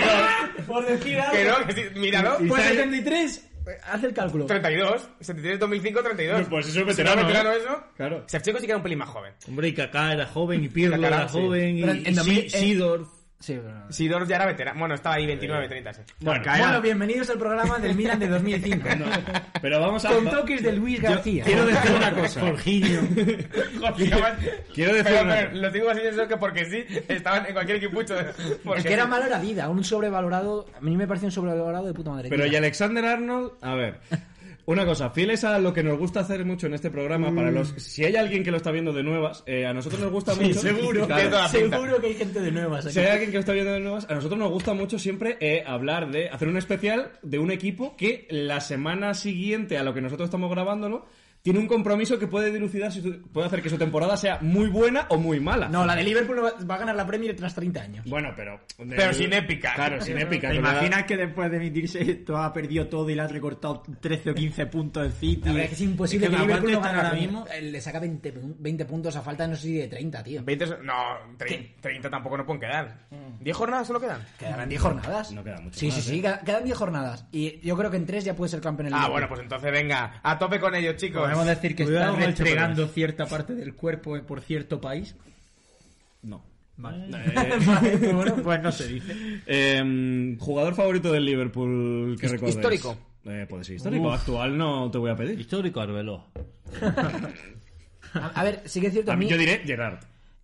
Speaker 4: 32.
Speaker 6: Por decir
Speaker 4: Que no, que sí, míralo.
Speaker 6: Pues 73,
Speaker 3: Ah,
Speaker 6: haz el cálculo.
Speaker 4: 32. 73, 2005, 32.
Speaker 2: Pues eso es
Speaker 4: Si no era
Speaker 2: veterano,
Speaker 4: veterano
Speaker 2: ¿eh?
Speaker 4: eso.
Speaker 2: Claro.
Speaker 4: Shevchenko sí que era un pelín más joven.
Speaker 5: Hombre, y Kaká era joven, y Pirlo
Speaker 4: Kaká,
Speaker 5: era
Speaker 4: sí.
Speaker 5: joven, y,
Speaker 3: Pero en
Speaker 5: y
Speaker 3: 2000, eh,
Speaker 5: Si- Sidorf.
Speaker 3: Sí, pero-
Speaker 4: Sidor ya era veterano. Bueno, estaba ahí 29, 30, sí.
Speaker 2: Bueno,
Speaker 6: Bueno,
Speaker 3: Bueno, bienvenidos al programa del Milan de 2005.
Speaker 2: pero vamos a...
Speaker 3: Con toques de Luis García.
Speaker 2: Quiero decir una cosa.
Speaker 4: Quiero,
Speaker 2: Quiero decir
Speaker 4: Pero,
Speaker 2: una-
Speaker 4: pero, lo digo así eso que porque sí, estaban en cualquier equipucho. Porque...
Speaker 3: Es que era malo la vida, un sobrevalorado. A mí me parece un sobrevalorado de puta madre.
Speaker 2: Pero
Speaker 3: Tío.
Speaker 2: y Alexander Arnold, a ver. Una cosa, fieles a lo que nos gusta hacer mucho en este programa, para los. Si hay alguien que lo está viendo de nuevas, eh, a nosotros nos gusta mucho.
Speaker 4: seguro.
Speaker 2: Claro.
Speaker 4: Tiene toda la pinta.
Speaker 3: Seguro que hay gente de nuevas aquí.
Speaker 2: Si hay alguien que lo está viendo de nuevas, a nosotros nos gusta mucho siempre eh, hablar de. hacer un especial de un equipo que la semana siguiente a lo que nosotros estamos grabándolo. Tiene un compromiso que puede dilucidar, si su- puede hacer que su temporada sea muy buena o muy mala.
Speaker 3: No, la de Liverpool va va a ganar la Premier tras 30 años.
Speaker 2: Bueno, pero.
Speaker 4: Pero sin épica.
Speaker 2: Claro, sin épica.
Speaker 6: ¿Te
Speaker 2: con la-
Speaker 6: imaginas que después de emitirse esto ha perdido todo y le ha recortado 13 o 15 puntos el City?
Speaker 3: La verdad es que es imposible
Speaker 6: Es
Speaker 3: que,
Speaker 6: que me
Speaker 3: Liverpool no
Speaker 6: aguante
Speaker 3: gane
Speaker 6: estar
Speaker 3: ahora
Speaker 6: ahora
Speaker 3: mismo. Le saca 20, pu- 20 puntos a falta, no sé si de 30, tío.
Speaker 4: 20, so- no, 30, 30 tampoco no pueden quedar. 10 jornadas solo quedan.
Speaker 3: Quedarán 10 jornadas.
Speaker 2: No queda mucho
Speaker 3: Sí,
Speaker 2: más,
Speaker 3: sí, sí, queda- quedan 10 jornadas. Y yo creo que en 3 ya puede ser campeón el
Speaker 4: Ah,
Speaker 3: Liverpool.
Speaker 4: bueno, pues entonces venga, a tope con ellos, chicos.
Speaker 6: Podemos decir que
Speaker 5: Cuidado
Speaker 6: está
Speaker 5: con el
Speaker 6: restregando cierta parte del cuerpo eh, por cierto país.
Speaker 2: No.
Speaker 6: Vale.
Speaker 2: Eh,
Speaker 6: bueno, pues no se dice.
Speaker 2: Em, jugador favorito del Liverpool que recordéis.
Speaker 4: histórico.
Speaker 2: Eh, puede ser histórico. Actual no te voy a pedir.
Speaker 5: Histórico Arbeloa.
Speaker 3: A, a ver, sí que es cierto.
Speaker 2: A
Speaker 3: A
Speaker 2: mí
Speaker 3: mí,
Speaker 2: yo diré Gerard.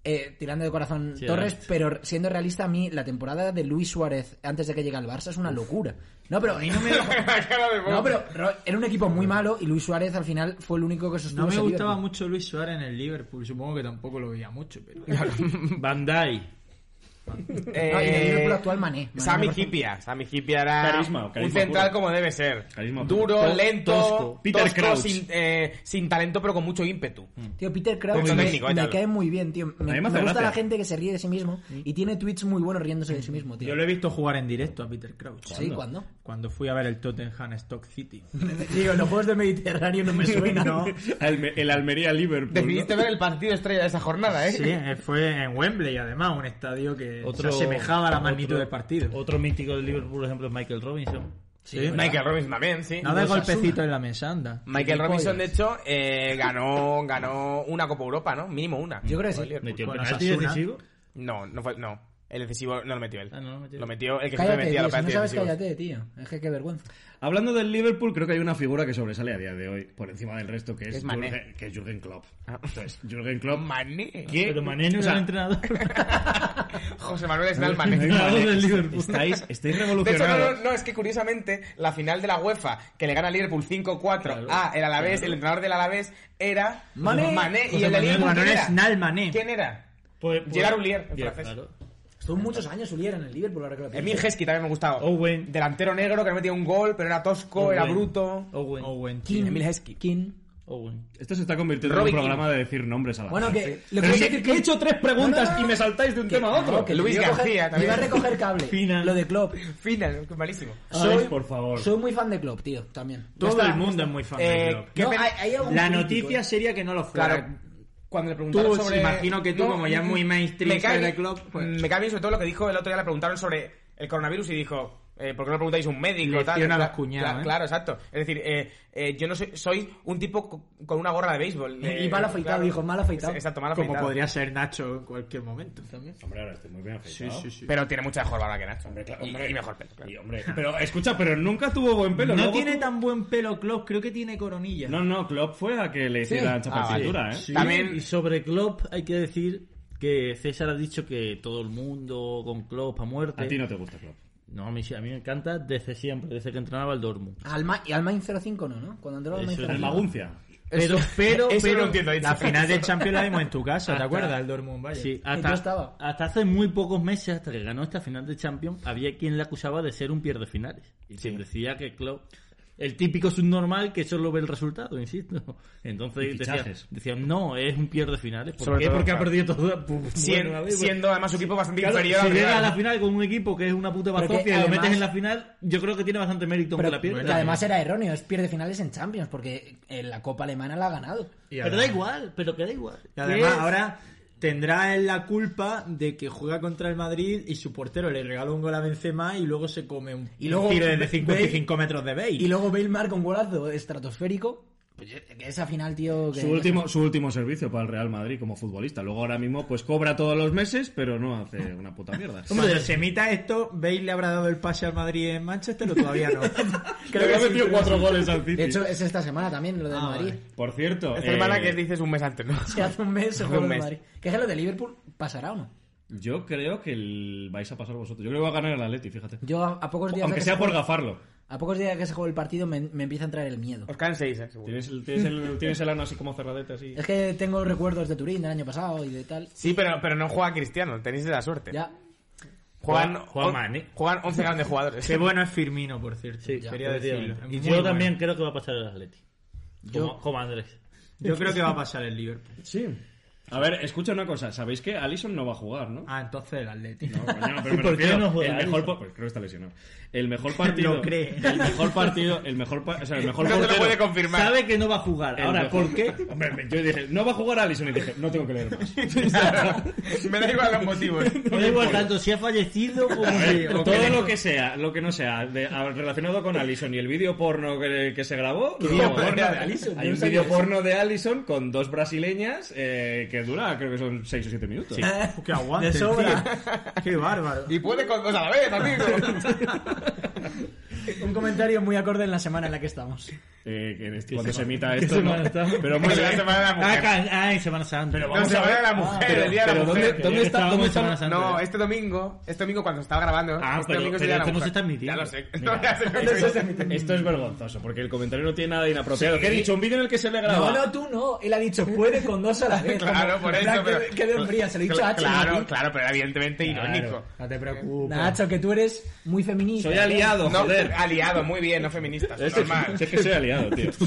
Speaker 3: eh, tirando de corazón
Speaker 5: Sí,
Speaker 3: Torres,
Speaker 5: adelante.
Speaker 3: pero siendo realista, a mí la temporada de Luis Suárez antes de que llegue al Barça es una locura. No, pero a mí no me.
Speaker 4: Cara de
Speaker 3: No,
Speaker 4: bobo.
Speaker 3: pero Ro- era un equipo muy malo y Luis Suárez al final fue el único que sostuvo.
Speaker 6: No me
Speaker 3: ese
Speaker 6: gustaba
Speaker 3: Liverpool.
Speaker 6: mucho Luis Suárez en el Liverpool, supongo que tampoco lo veía mucho, pero...
Speaker 5: Bandai.
Speaker 3: No, y en
Speaker 4: Eh,
Speaker 3: el Liverpool actual Mané. Mané,
Speaker 4: Sammy
Speaker 3: por favor.
Speaker 4: Hipia. Sammy Hipia era
Speaker 2: Carisma,
Speaker 4: un
Speaker 2: carisma
Speaker 4: central
Speaker 2: puro.
Speaker 4: como debe ser.
Speaker 2: Carisma
Speaker 4: Duro,
Speaker 2: puro.
Speaker 4: lento,
Speaker 2: Tosco. Peter
Speaker 4: tosco,
Speaker 2: Crouch.
Speaker 4: Sin, eh, sin talento, pero con mucho ímpetu.
Speaker 3: Tío, Peter Crouch
Speaker 4: Mucho
Speaker 3: me,
Speaker 4: técnico,
Speaker 3: me
Speaker 4: vaya.
Speaker 3: cae muy bien, tío.
Speaker 2: A mí
Speaker 3: Me,
Speaker 2: me
Speaker 3: me
Speaker 2: hace
Speaker 3: gusta
Speaker 2: gracia.
Speaker 3: la gente que se ríe de sí mismo y tiene tweets muy buenos riéndose de sí mismo, tío.
Speaker 6: Yo lo he visto jugar en directo a Peter Crouch.
Speaker 3: Sí, ¿cuándo?
Speaker 6: Cuando fui a ver el Tottenham Stock City.
Speaker 3: Digo, los juegos de Mediterráneo no me suenan.
Speaker 2: Alme- el Almería Liverpool.
Speaker 4: Decidiste ver el partido estrella de esa jornada, ¿eh?
Speaker 6: Sí, eh, fue en Wembley, además, un estadio que
Speaker 5: Otro,
Speaker 6: se asemejaba a la magnitud
Speaker 5: otro-
Speaker 6: del partido.
Speaker 5: Otro mítico del Liverpool, por ejemplo, es Michael Robinson.
Speaker 6: Sí,
Speaker 4: Michael Robinson también, sí.
Speaker 6: Nada de
Speaker 3: Osasuna.
Speaker 6: golpecito en la mesa, anda.
Speaker 4: Michael Robinson, de hecho, eh, ganó, ganó una Copa Europa, ¿no? Mínimo una.
Speaker 3: Yo creo que sí.
Speaker 5: Metió el
Speaker 6: Con
Speaker 5: penalti
Speaker 6: Osasuna.
Speaker 5: decisivo.
Speaker 4: No, no fue. No. El decisivo no lo metió él.
Speaker 5: Ah, no lo metió.
Speaker 4: Lo metió el que siempre
Speaker 3: Cállate,
Speaker 4: metía
Speaker 3: tío,
Speaker 4: los
Speaker 3: si no
Speaker 4: penaltis
Speaker 3: sabes,
Speaker 4: decisivos.
Speaker 3: cállate, tío. Es que qué vergüenza.
Speaker 2: Hablando del Liverpool, creo que hay una figura que sobresale a día de hoy por encima del resto, que es,
Speaker 4: Es Mané.
Speaker 2: Jürgen, que es Jürgen Klopp.
Speaker 3: Ah.
Speaker 2: Entonces, Jürgen Klopp...
Speaker 4: Mané.
Speaker 2: ¿qué?
Speaker 5: Pero Mané no
Speaker 2: O
Speaker 5: es
Speaker 2: sea,
Speaker 5: el entrenador.
Speaker 4: José Manuel es el
Speaker 2: hay
Speaker 4: Mané.
Speaker 2: un
Speaker 5: entrenador del Liverpool.
Speaker 2: Estáis, estáis
Speaker 4: De hecho, no,
Speaker 2: revolucionados.
Speaker 4: no, no, es que curiosamente, la final de la UEFA, que le gana al Liverpool 5-4 a el Alavés, el entrenador del Alavés era
Speaker 3: Mané.
Speaker 4: y
Speaker 6: José
Speaker 4: el de
Speaker 6: Manuel
Speaker 4: Liverpool
Speaker 6: Manuel
Speaker 4: ¿quién
Speaker 6: es
Speaker 4: era?
Speaker 6: Nal Mané.
Speaker 4: ¿Quién era?
Speaker 5: Pues- pues-
Speaker 4: Gerard Houllier, en
Speaker 5: Bien,
Speaker 4: francés.
Speaker 5: claro.
Speaker 3: Estuvo muchos años Uliera en el Liverpool, ahora que lo pienso.
Speaker 4: Emil Heskey también me gustaba.
Speaker 5: Owen.
Speaker 4: Delantero negro que no metía un gol, pero era tosco, era
Speaker 5: Owen.
Speaker 4: bruto.
Speaker 5: Owen.
Speaker 6: Owen, tío.
Speaker 4: King. Emil Heskey.
Speaker 3: King.
Speaker 5: Owen.
Speaker 2: Esto se está convirtiendo
Speaker 4: Robbie
Speaker 2: en
Speaker 4: King.
Speaker 2: un programa de decir nombres a la
Speaker 3: Bueno,
Speaker 2: vez.
Speaker 3: que lo que quiero decir que-
Speaker 2: tres
Speaker 3: No, no, no.
Speaker 2: saltáis de un
Speaker 3: que- no, que
Speaker 4: Luis
Speaker 3: iba a coger-
Speaker 4: García también.
Speaker 3: Iba a recoger cable.
Speaker 5: Fina.
Speaker 3: Lo de Klopp.
Speaker 4: Final, malísimo.
Speaker 2: Ay, por favor.
Speaker 3: Soy muy fan de Klopp, tío, también.
Speaker 6: Todo
Speaker 4: está,
Speaker 6: el mundo es muy fan
Speaker 4: Eh,
Speaker 6: de Klopp.
Speaker 4: ¿Qué
Speaker 3: No,
Speaker 4: pena-
Speaker 3: hay- hay algún
Speaker 6: La
Speaker 3: crítico,
Speaker 6: noticia
Speaker 3: ¿eh?
Speaker 6: sería que no lo fuera.
Speaker 4: Claro. Cuando le preguntaron
Speaker 6: Tú,
Speaker 4: sobre.
Speaker 6: imagino que tú,
Speaker 4: No,
Speaker 6: como ya es muy mainstream
Speaker 4: me cae,
Speaker 6: de
Speaker 4: bien- Mm,
Speaker 6: club, pues,
Speaker 4: Me cae bien sobre todo lo que dijo el otro día, le preguntaron sobre el coronavirus y dijo, eh, ¿por qué no preguntáis a un médico?
Speaker 6: Lección a
Speaker 4: Cla-
Speaker 6: los cuñados,
Speaker 4: cla-
Speaker 6: ¿eh?
Speaker 4: Claro, exacto. Es decir, eh, eh, yo no soy, soy un tipo co- con una gorra de béisbol. eh,
Speaker 3: Y mal afeitado,
Speaker 4: claro.
Speaker 3: dijo, mal afeitado.
Speaker 4: Exacto, mal
Speaker 6: como
Speaker 4: afeitado.
Speaker 6: podría ser Nacho en cualquier momento también.
Speaker 2: Hombre, ahora estoy muy bien afeitado.
Speaker 4: Pero tiene mucha mejor barba que Nacho.
Speaker 2: Hombre, claro,
Speaker 4: Y-
Speaker 2: hombre.
Speaker 4: Y, mejor pelo. claro.
Speaker 2: Y, hombre, pero escucha, pero nunca tuvo buen pelo.
Speaker 6: no
Speaker 2: luego
Speaker 6: tiene
Speaker 2: tú-
Speaker 6: tan buen pelo Klopp, creo que tiene coronilla.
Speaker 2: No, no, Klopp fue a que le hicieran
Speaker 3: Ah,
Speaker 2: chapancitura, ¿eh?
Speaker 5: Sí,
Speaker 4: También-
Speaker 5: Y sobre Klopp hay que decir que César ha dicho que todo el mundo con Klopp a muerte.
Speaker 2: A ti no te gusta Klopp.
Speaker 5: No, a mí, sí, a mí me encanta desde siempre, desde que entrenaba el Dortmund.
Speaker 3: Al Ma- y al Main 05 no, ¿no? Cuando entró al
Speaker 5: Eso
Speaker 3: Main
Speaker 5: es
Speaker 3: 05.
Speaker 2: El Maguncia.
Speaker 6: Pero, pero,
Speaker 4: eso
Speaker 6: pero
Speaker 4: no lo entiendo, ha dicho.
Speaker 6: la final del Champions la vimos en tu casa, ¿te acuerdas? El Dortmund, vaya.
Speaker 5: Sí,
Speaker 3: yo
Speaker 5: hasta,
Speaker 3: estaba.
Speaker 5: hasta hace muy pocos meses, hasta que ganó esta final de Champions, había quien le acusaba de ser un pierde finales. Y quien decía que Klopp, el típico subnormal que solo ve el resultado, insisto. Entonces
Speaker 2: Y
Speaker 5: decía-
Speaker 2: fichajes.
Speaker 5: decían, no, es un pierde finales. ¿Por
Speaker 4: Sobre
Speaker 5: qué?
Speaker 4: todo,
Speaker 5: Porque
Speaker 4: claro.
Speaker 5: ha perdido todo. Pues,
Speaker 4: Sien-
Speaker 5: bueno, a ver, pues,
Speaker 4: siendo además un equipo bastante
Speaker 5: claro,
Speaker 4: inferior
Speaker 5: si
Speaker 4: al
Speaker 5: llega a
Speaker 4: rival.
Speaker 5: la final con un equipo que es una puta
Speaker 3: Pero que
Speaker 5: bazofia y lo
Speaker 3: además-
Speaker 5: metes en la final, yo creo que tiene bastante mérito aunque
Speaker 3: Pero
Speaker 5: la pierda.
Speaker 3: que además era erróneo, es pierde finales en Champions, porque en la Copa Alemana la ha ganado.
Speaker 6: Y
Speaker 5: Pero da
Speaker 6: además-
Speaker 5: igual, pero que da igual.
Speaker 6: Y además
Speaker 5: Que-
Speaker 6: ahora tendrá él la culpa de que juega contra el Madrid y su portero le regala un gol a Benzema y luego se come un
Speaker 3: Y luego
Speaker 6: tiro de
Speaker 3: Bale-
Speaker 6: 55 metros de Bale.
Speaker 3: Y luego Bale marca un golazo estratosférico. Pues yo- que esa final, tío. Que
Speaker 2: Su último, su último servicio para el Real Madrid como futbolista. Luego ahora mismo, pues cobra todos los meses, pero no hace una puta mierda.
Speaker 6: Hombre, Cuando se emita esto, Bale le habrá dado el pase al Madrid en Manchester o todavía no.
Speaker 2: Creo que ha metido cuatro goles al City.
Speaker 3: De hecho, es esta semana también lo del
Speaker 6: Ah,
Speaker 3: Madrid.
Speaker 6: vale.
Speaker 2: Por cierto,
Speaker 4: Esta
Speaker 2: eh,
Speaker 4: semana que dices un mes antes, ¿no?
Speaker 3: Se hace un mes
Speaker 4: Hace
Speaker 3: se juega
Speaker 4: un
Speaker 3: lo del
Speaker 4: mes.
Speaker 3: Madrid. Que es que lo de Liverpool pasará o no.
Speaker 2: yo creo que el- vais a pasar vosotros. Yo creo que va a ganar el Atleti, fíjate.
Speaker 3: Yo a, a pocos días. de
Speaker 2: Aunque
Speaker 3: que
Speaker 2: sea
Speaker 3: se
Speaker 2: por
Speaker 3: juegue-
Speaker 2: gafarlo.
Speaker 3: A pocos días de que se juegue el partido me, me empieza a entrar el miedo.
Speaker 4: Os caen seis, ¿eh? Seguro.
Speaker 2: Tienes el, tienes el, tienes el ano así como cerradete, así.
Speaker 3: Es que tengo recuerdos de Turín del año pasado y de tal.
Speaker 4: Sí, pero, pero no juega Cristiano, tenéis la suerte.
Speaker 3: Ya.
Speaker 4: Juegan,
Speaker 5: Juega
Speaker 4: on-
Speaker 5: Mané.
Speaker 4: juegan 11 grandes jugadores.
Speaker 6: Qué bueno es Firmino, por cierto.
Speaker 5: Sí,
Speaker 6: quería decirlo.
Speaker 5: Y
Speaker 6: Muy
Speaker 5: yo
Speaker 6: bueno.
Speaker 5: también creo que va a pasar el Atleti.
Speaker 3: Yo-
Speaker 5: Como, como Andrés.
Speaker 6: Yo creo que va a pasar el Liverpool.
Speaker 2: Sí. A ver, escucha una cosa. Sabéis que Alison no va a jugar, ¿no?
Speaker 6: Ah, entonces el Atleti.
Speaker 2: No, coño, pero
Speaker 5: ¿Y
Speaker 2: me
Speaker 5: por qué
Speaker 2: refiero,
Speaker 5: no juega
Speaker 2: el mejor,
Speaker 5: Alisson?
Speaker 2: pa- pues creo que está lesionado. El mejor partido.
Speaker 6: Lo cree.
Speaker 2: El mejor partido. El mejor, pa- o sea, el mejor
Speaker 4: No te lo
Speaker 2: portero-
Speaker 4: puede confirmar.
Speaker 5: Sabe que no va a jugar.
Speaker 2: el
Speaker 5: Ahora,
Speaker 2: mejor-
Speaker 5: ¿por qué?
Speaker 2: Hombre, yo dije, no va a jugar Alison y dije, no tengo que leer más.
Speaker 4: Me da igual los motivos.
Speaker 5: Me da igual tanto si ha fallecido como si...
Speaker 2: Todo lo que sea, lo que no sea, de- a- relacionado con Alison y el vídeo porno que, que se grabó. no,
Speaker 4: vídeo
Speaker 2: no,
Speaker 4: porno
Speaker 2: no,
Speaker 4: de Alisson?
Speaker 2: Hay un vídeo porno de Alison con dos brasileñas eh, que dura, creo que son 6 o 7 minutos.
Speaker 6: Uf, ¡Qué aguante!
Speaker 3: De sobra.
Speaker 6: tío. ¡Qué bárbaro!
Speaker 4: Y puede con dos a la vez, amigo.
Speaker 3: Un comentario muy acorde en la semana en la que estamos.
Speaker 2: Eh, que en este- cuando se emita esto.
Speaker 5: semana
Speaker 2: ¿no?
Speaker 5: estamos?
Speaker 2: Pero muy
Speaker 4: Pues la
Speaker 2: bien.
Speaker 4: semana de la
Speaker 5: Ah,
Speaker 6: eh.
Speaker 4: mujer.
Speaker 5: ca- Ay, Semana Santa. Pero
Speaker 4: No, semana de la mujer, el día de la
Speaker 2: pero ¿dónde-
Speaker 4: mujer.
Speaker 2: dónde está-
Speaker 5: Estábamos
Speaker 2: dónde
Speaker 5: en
Speaker 2: está-
Speaker 5: Semana Santa.
Speaker 4: No, este domingo, este domingo cuando estaba grabando,
Speaker 5: Ah,
Speaker 4: este
Speaker 5: pero-
Speaker 4: domingo es el día
Speaker 5: pero
Speaker 4: de la
Speaker 5: esto no
Speaker 4: mujer.
Speaker 5: se está admitiendo.
Speaker 4: Ya lo sé.
Speaker 5: Mira.
Speaker 4: No, ya sé que-
Speaker 2: Esto es vergonzoso, porque el comentario no tiene nada de inapropiado. ¿Qué he dicho? Un vídeo en el que se le graba.
Speaker 3: No, no, tú no. Él ha dicho puede con dos a la vez.
Speaker 4: Claro,
Speaker 3: Como,
Speaker 4: por
Speaker 3: en
Speaker 4: eso.
Speaker 3: plan,
Speaker 4: pero-
Speaker 3: que- que de fría, se lo he dicho a H.
Speaker 4: Claro,
Speaker 3: Nacho.
Speaker 4: claro, pero era evidentemente irónico.
Speaker 5: No te preocupes.
Speaker 3: Nacho, que tú eres muy feminista.
Speaker 2: Soy aliado,
Speaker 4: No,
Speaker 2: joder.
Speaker 4: aliado, muy bien, no feminista.
Speaker 2: Es
Speaker 4: normal.
Speaker 2: que, Este es que soy aliado, tío.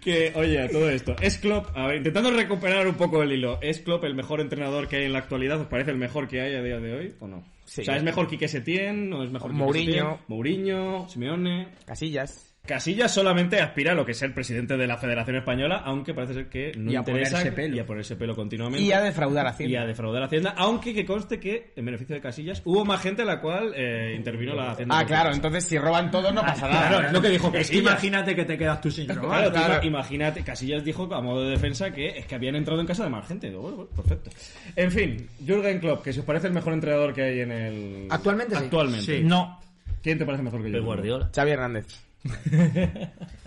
Speaker 2: que, oye, a todo esto. Es Klopp, a ver, intentando recuperar un poco el hilo. ¿Es Klopp el mejor entrenador que hay en la actualidad? ¿Os parece el mejor que hay a día de hoy o no?
Speaker 4: Sí.
Speaker 2: O sea, ¿es mejor Quique Setién o es mejor Quique
Speaker 4: Mourinho.
Speaker 2: Setién? Mourinho, Simeone...
Speaker 4: Casillas.
Speaker 2: Casillas solamente aspira a lo que es ser presidente de la Federación Española, aunque parece ser que no
Speaker 4: Y a
Speaker 2: interesa
Speaker 4: ponerse pelo.
Speaker 2: y a ponerse pelo continuamente
Speaker 4: Y a defraudar
Speaker 2: y a
Speaker 4: a Hacienda.
Speaker 2: defraudar a Hacienda, aunque que conste que, en beneficio de Casillas, hubo más gente a la cual eh, intervino la Hacienda.
Speaker 4: Ah, claro, entonces si roban todos no pasa nada.
Speaker 2: Claro, es lo que dijo
Speaker 6: Es que
Speaker 2: Casillas.
Speaker 6: imagínate que te quedas tú sin robar.
Speaker 2: Claro, tú
Speaker 4: claro.
Speaker 2: ima- imagínate, Casillas dijo a modo de defensa que es que habían entrado en casa de más gente. Digo, bueno, bueno, perfecto. En fin, Jürgen Klopp, que si os parece el mejor entrenador que hay en el...
Speaker 3: Actualmente sí.
Speaker 2: Actualmente.
Speaker 5: No.
Speaker 2: ¿Quién te parece mejor que yo?
Speaker 5: Pep Guardiola.
Speaker 4: Xavi Hernández.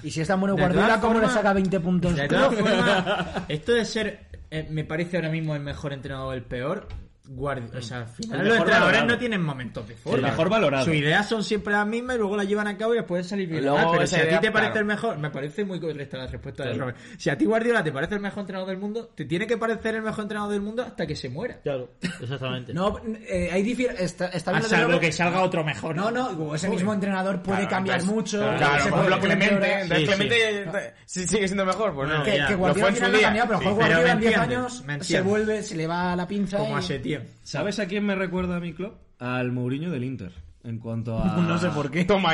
Speaker 3: Y si es tan bueno
Speaker 6: De
Speaker 3: Guardiola,
Speaker 6: todas
Speaker 3: ¿cómo le
Speaker 6: formas-
Speaker 3: saca 20 puntos?
Speaker 6: De todas formas, esto de ser, eh, me parece ahora mismo el mejor entrenador o el peor. Guardi o sea, al
Speaker 2: El
Speaker 6: final Mm. los
Speaker 2: mejor
Speaker 6: entrenadores
Speaker 2: valorado.
Speaker 6: no tienen momentos de
Speaker 2: El
Speaker 6: forma.
Speaker 2: mejor valorado.
Speaker 6: Sus ideas son siempre las mismas y luego las llevan a cabo y las pueden salir bien.
Speaker 4: Luego
Speaker 6: Ah, pero
Speaker 4: esa
Speaker 6: si a ti
Speaker 4: idea,
Speaker 6: te parece
Speaker 4: claro.
Speaker 6: el mejor, me parece muy correcta la respuesta de Robert. Si a ti Guardiola te parece el mejor entrenador del mundo, te tiene que parecer el mejor entrenador del mundo hasta que se muera.
Speaker 5: Claro, exactamente.
Speaker 3: No, eh, ahí difiere. Está, está bien
Speaker 6: A
Speaker 3: lo ¿eh? de
Speaker 6: Ah, salvo
Speaker 3: Robert.
Speaker 6: que salga otro mejor.
Speaker 3: No, no, digo, ese mismo entrenador puede
Speaker 4: Claro,
Speaker 3: cambiar
Speaker 4: entonces-
Speaker 3: mucho.
Speaker 4: Claro, pues,
Speaker 3: se
Speaker 4: por ejemplo,
Speaker 3: puede
Speaker 4: Clemente.
Speaker 3: mejorar.
Speaker 4: Entonces
Speaker 5: Sí,
Speaker 4: Clemente sí, sigue siendo mejor, pues no.
Speaker 5: No,
Speaker 3: Que,
Speaker 5: ya.
Speaker 3: que
Speaker 4: Lo fue
Speaker 3: Guardiola
Speaker 4: en
Speaker 3: al
Speaker 4: su
Speaker 3: final lo
Speaker 4: día.
Speaker 3: cambió, pero
Speaker 4: Sí.
Speaker 3: mejor
Speaker 6: pero
Speaker 3: Guardiola
Speaker 6: me
Speaker 3: en 10
Speaker 6: entiendes,
Speaker 3: años
Speaker 6: me
Speaker 3: se
Speaker 6: entiendes.
Speaker 3: vuelve, se le va la pinza.
Speaker 6: Como
Speaker 3: y-
Speaker 6: a Setién.
Speaker 2: ¿Sabes a quién me recuerda a mi Klopp? Al Mourinho del Inter. En cuanto a...
Speaker 3: No sé por qué.
Speaker 4: Toma,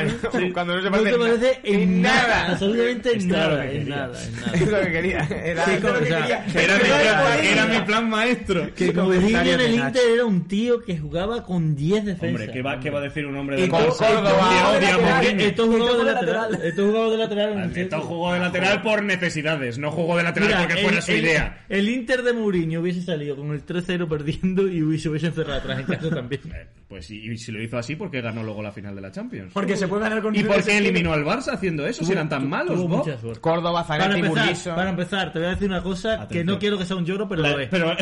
Speaker 4: cuando no se
Speaker 5: No
Speaker 4: parece,
Speaker 5: te parece en nada,
Speaker 4: nada.
Speaker 5: absolutamente en
Speaker 2: era lo que
Speaker 5: nada, en
Speaker 2: quería.
Speaker 5: nada, en nada.
Speaker 4: Es lo que quería. Era
Speaker 5: Sí,
Speaker 4: era lo
Speaker 5: o
Speaker 4: que
Speaker 5: sea,
Speaker 4: quería.
Speaker 2: Era mi, plan,
Speaker 4: Era mi plan.
Speaker 2: maestro.
Speaker 5: Que Mourinho en el Inter era un tío que jugaba con 10 defensas.
Speaker 2: Hombre, ¿qué va, ¿qué va a decir un hombre
Speaker 4: Y
Speaker 2: de
Speaker 4: con Córdoba. Eh,
Speaker 2: Odia
Speaker 5: Porque
Speaker 2: Mourinho.
Speaker 3: Esto
Speaker 5: Esto jugaba de
Speaker 3: jugaba
Speaker 5: lateral.
Speaker 3: lateral.
Speaker 5: Esto jugaba de lateral. en el Chelsea.
Speaker 2: Neto jugó de lateral por necesidades, no jugó de lateral
Speaker 5: Mira,
Speaker 2: porque fuera su idea.
Speaker 5: el Inter de Mourinho hubiese salido con el 3-0 perdiendo y hubiese, hubiese encerrado atrás en casa también.
Speaker 2: Eh, Pues y, y si lo hizo así, ¿por qué ganó luego la final de la Champions?
Speaker 3: Porque se puede ganar con
Speaker 2: ¿Y por qué
Speaker 3: Juventus.
Speaker 2: eliminó al Barça haciendo eso? Si eran tan
Speaker 5: Tu-
Speaker 2: malos,
Speaker 5: tuvo
Speaker 2: ¿no?
Speaker 5: mucha suerte.
Speaker 4: Córdoba,
Speaker 5: Para
Speaker 4: Zanetti, Burguiso.
Speaker 5: empezar, para empezar, te voy a decir una cosa que
Speaker 2: Atención.
Speaker 5: no quiero que sea un lloro, pero lo es.
Speaker 2: Pero Ah,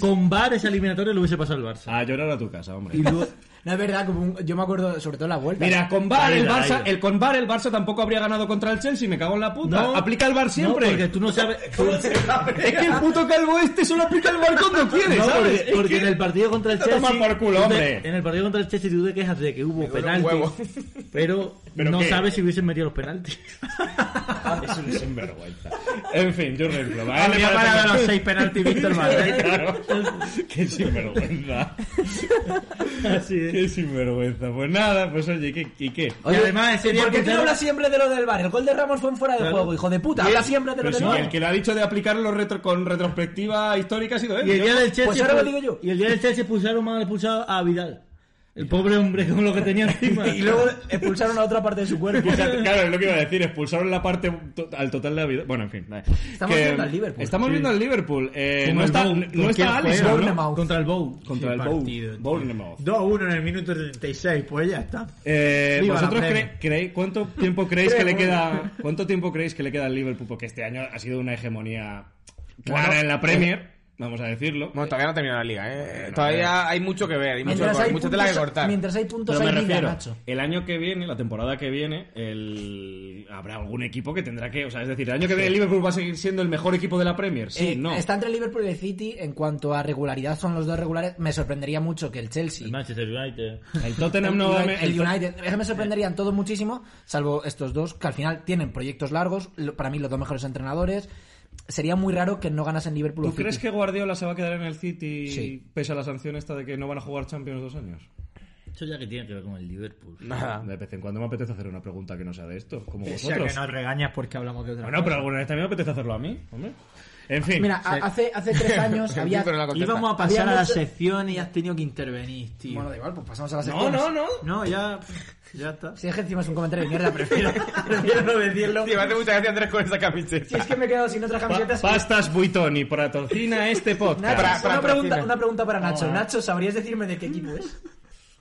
Speaker 5: Con VAR esa eliminatoria lo hubiese pasado al Barça.
Speaker 2: a llorar a tu casa, hombre.
Speaker 3: Y luego- No, es verdad, como un- yo me acuerdo sobre todo la vuelta.
Speaker 2: Mira, con VAR el
Speaker 5: Ahí va,
Speaker 2: Barça,
Speaker 5: ahí va.
Speaker 2: el con VAR el Barça tampoco habría ganado contra el Chelsea, me cago en la puta.
Speaker 5: No.
Speaker 2: aplica el VAR siempre.
Speaker 5: No, porque tú no sabes.
Speaker 2: Es que el puto calvo este solo aplica el VAR cuando quiere,
Speaker 5: No,
Speaker 2: ¿sabes?
Speaker 5: porque,
Speaker 2: Es
Speaker 5: porque
Speaker 2: que-
Speaker 5: en el partido contra el
Speaker 2: Te toma
Speaker 5: Chelsea.
Speaker 2: por culo,
Speaker 5: tú te-
Speaker 2: hombre.
Speaker 5: En el partido contra el Chelsea tú te quejas de que
Speaker 4: duele
Speaker 5: hubo
Speaker 4: un
Speaker 5: penaltis. Pero,
Speaker 2: ¿Pero
Speaker 5: no
Speaker 2: qué?
Speaker 5: sabes si hubiesen metido los penaltis.
Speaker 2: Ah, Es un sinvergüenza. En fin, yo Klopp. A él
Speaker 6: Le
Speaker 2: le
Speaker 6: ha
Speaker 2: parece-
Speaker 6: parado los seis penaltis Víctor Valdés.
Speaker 2: Claro. Qué sinvergüenza.
Speaker 5: Así es.
Speaker 2: Qué sinvergüenza. Pues nada, pues oye, ¿qué, ¿y qué?
Speaker 6: Y además sería
Speaker 3: ¿Por qué
Speaker 6: el
Speaker 3: tú
Speaker 6: que-
Speaker 3: no hablas siempre de lo del bar? El gol de Ramos fue en fuera de juego, hijo de puta. Habla siempre de lo
Speaker 2: Pero
Speaker 3: del
Speaker 2: si Pues el
Speaker 3: bar.
Speaker 2: que le ha dicho de aplicarlo retro- con retrospectiva histórica ha sido él.
Speaker 5: Y el
Speaker 2: Yo-
Speaker 5: día del Chelsea.
Speaker 3: Pues ahora lo
Speaker 5: pu-
Speaker 3: digo yo.
Speaker 5: Y el día del Chelsea expulsaron mal expulsado a Vidal. El pobre hombre con lo que tenía encima.
Speaker 3: Y luego expulsaron a otra parte de su cuerpo.
Speaker 2: Fíjate, Claro, es lo que iba a decir, expulsaron la parte to- al total de la vida. Bueno, en fin. nada.
Speaker 3: Estamos viendo al Liverpool.
Speaker 2: Estamos viendo al Liverpool. Eh,
Speaker 5: Como
Speaker 2: no
Speaker 5: el
Speaker 2: está,
Speaker 5: Bow-
Speaker 2: no
Speaker 5: ¿con quién
Speaker 2: está
Speaker 5: juega?
Speaker 2: Alisson, ¿no?
Speaker 3: Bournemouth.
Speaker 5: Contra el Bow.
Speaker 2: Contra el
Speaker 6: Qué
Speaker 2: Bow-
Speaker 6: partido, tío.
Speaker 2: Bournemouth.
Speaker 6: 2-1 en el minuto 36, pues ya está.
Speaker 2: Eh,
Speaker 6: Viva la
Speaker 2: ¿Vosotros
Speaker 6: Premier.
Speaker 2: cre- creéis- cuánto tiempo creéis que le
Speaker 6: Creo.
Speaker 2: queda cuánto tiempo creéis que le queda al Liverpool? Porque este año ha sido una hegemonía clara en la Premier, vamos a decirlo.
Speaker 4: Bueno, todavía no ha terminado la liga, ¿eh? todavía hay mucho que ver, hay mucho,
Speaker 3: Mientras hay
Speaker 4: mucha tela que
Speaker 3: puntos-
Speaker 4: cortar.
Speaker 3: Mientras hay puntos,
Speaker 2: Pero me
Speaker 3: hay vida,
Speaker 2: refiero,
Speaker 3: Nacho.
Speaker 2: el año que viene, la temporada que viene, el... habrá algún equipo que tendrá que, o sea, es decir, el año que viene el Liverpool va a seguir siendo el mejor equipo de la Premier, sí,
Speaker 3: Eh,
Speaker 2: no.
Speaker 3: Está entre Liverpool y el City en cuanto a regularidad, son los dos regulares. Me sorprendería mucho que el Chelsea.
Speaker 5: El Manchester United.
Speaker 2: El Tottenham no va a-
Speaker 3: el, el United. Eso me sorprenderían todos muchísimo, salvo estos dos, que al final tienen proyectos largos. lo- Para mí, los dos mejores entrenadores. Sería muy raro que no ganasen Liverpool. o
Speaker 2: ¿Tú
Speaker 3: City.
Speaker 2: crees que Guardiola se va a quedar en el City
Speaker 3: Sí.
Speaker 2: pese a la sanción esta de que no van a jugar Champions dos años?
Speaker 5: Eso ya que tiene que ver con el Liverpool.
Speaker 4: Nada.
Speaker 2: Ah, De vez en cuando me apetece hacer una pregunta que no sea de esto, como
Speaker 6: O sea
Speaker 2: vosotros.
Speaker 6: que nos regañas porque hablamos de otra
Speaker 2: Bueno, pero alguna vez también me apetece hacerlo a mí, hombre. En fin.
Speaker 3: Mira, a- hace, hace tres años
Speaker 4: Sí,
Speaker 3: había.
Speaker 4: pero no la contesta.
Speaker 6: Íbamos a pasar
Speaker 3: Había
Speaker 6: a la
Speaker 3: mucho-
Speaker 6: sección y has tenido que intervenir, tío.
Speaker 3: Bueno, da igual, pues pasamos a la
Speaker 2: no,
Speaker 3: sección.
Speaker 2: no, no.
Speaker 6: No, ya, ya está.
Speaker 3: Si es que encima es un comentario de mierda, prefiero, prefiero no decirlo.
Speaker 4: Tío, me hace mucha gracia Andrés con esa
Speaker 3: Si
Speaker 4: camiseta.
Speaker 3: es que me he quedado sin otras
Speaker 2: Pa-
Speaker 3: camisetas.
Speaker 2: pastas Buitón y Pratocina este podcast.
Speaker 3: Nacho,
Speaker 4: Para- para-
Speaker 3: una, pregunta,
Speaker 4: para-
Speaker 3: una pregunta para Nacho. Nacho, ¿sabrías decirme de qué equipo es?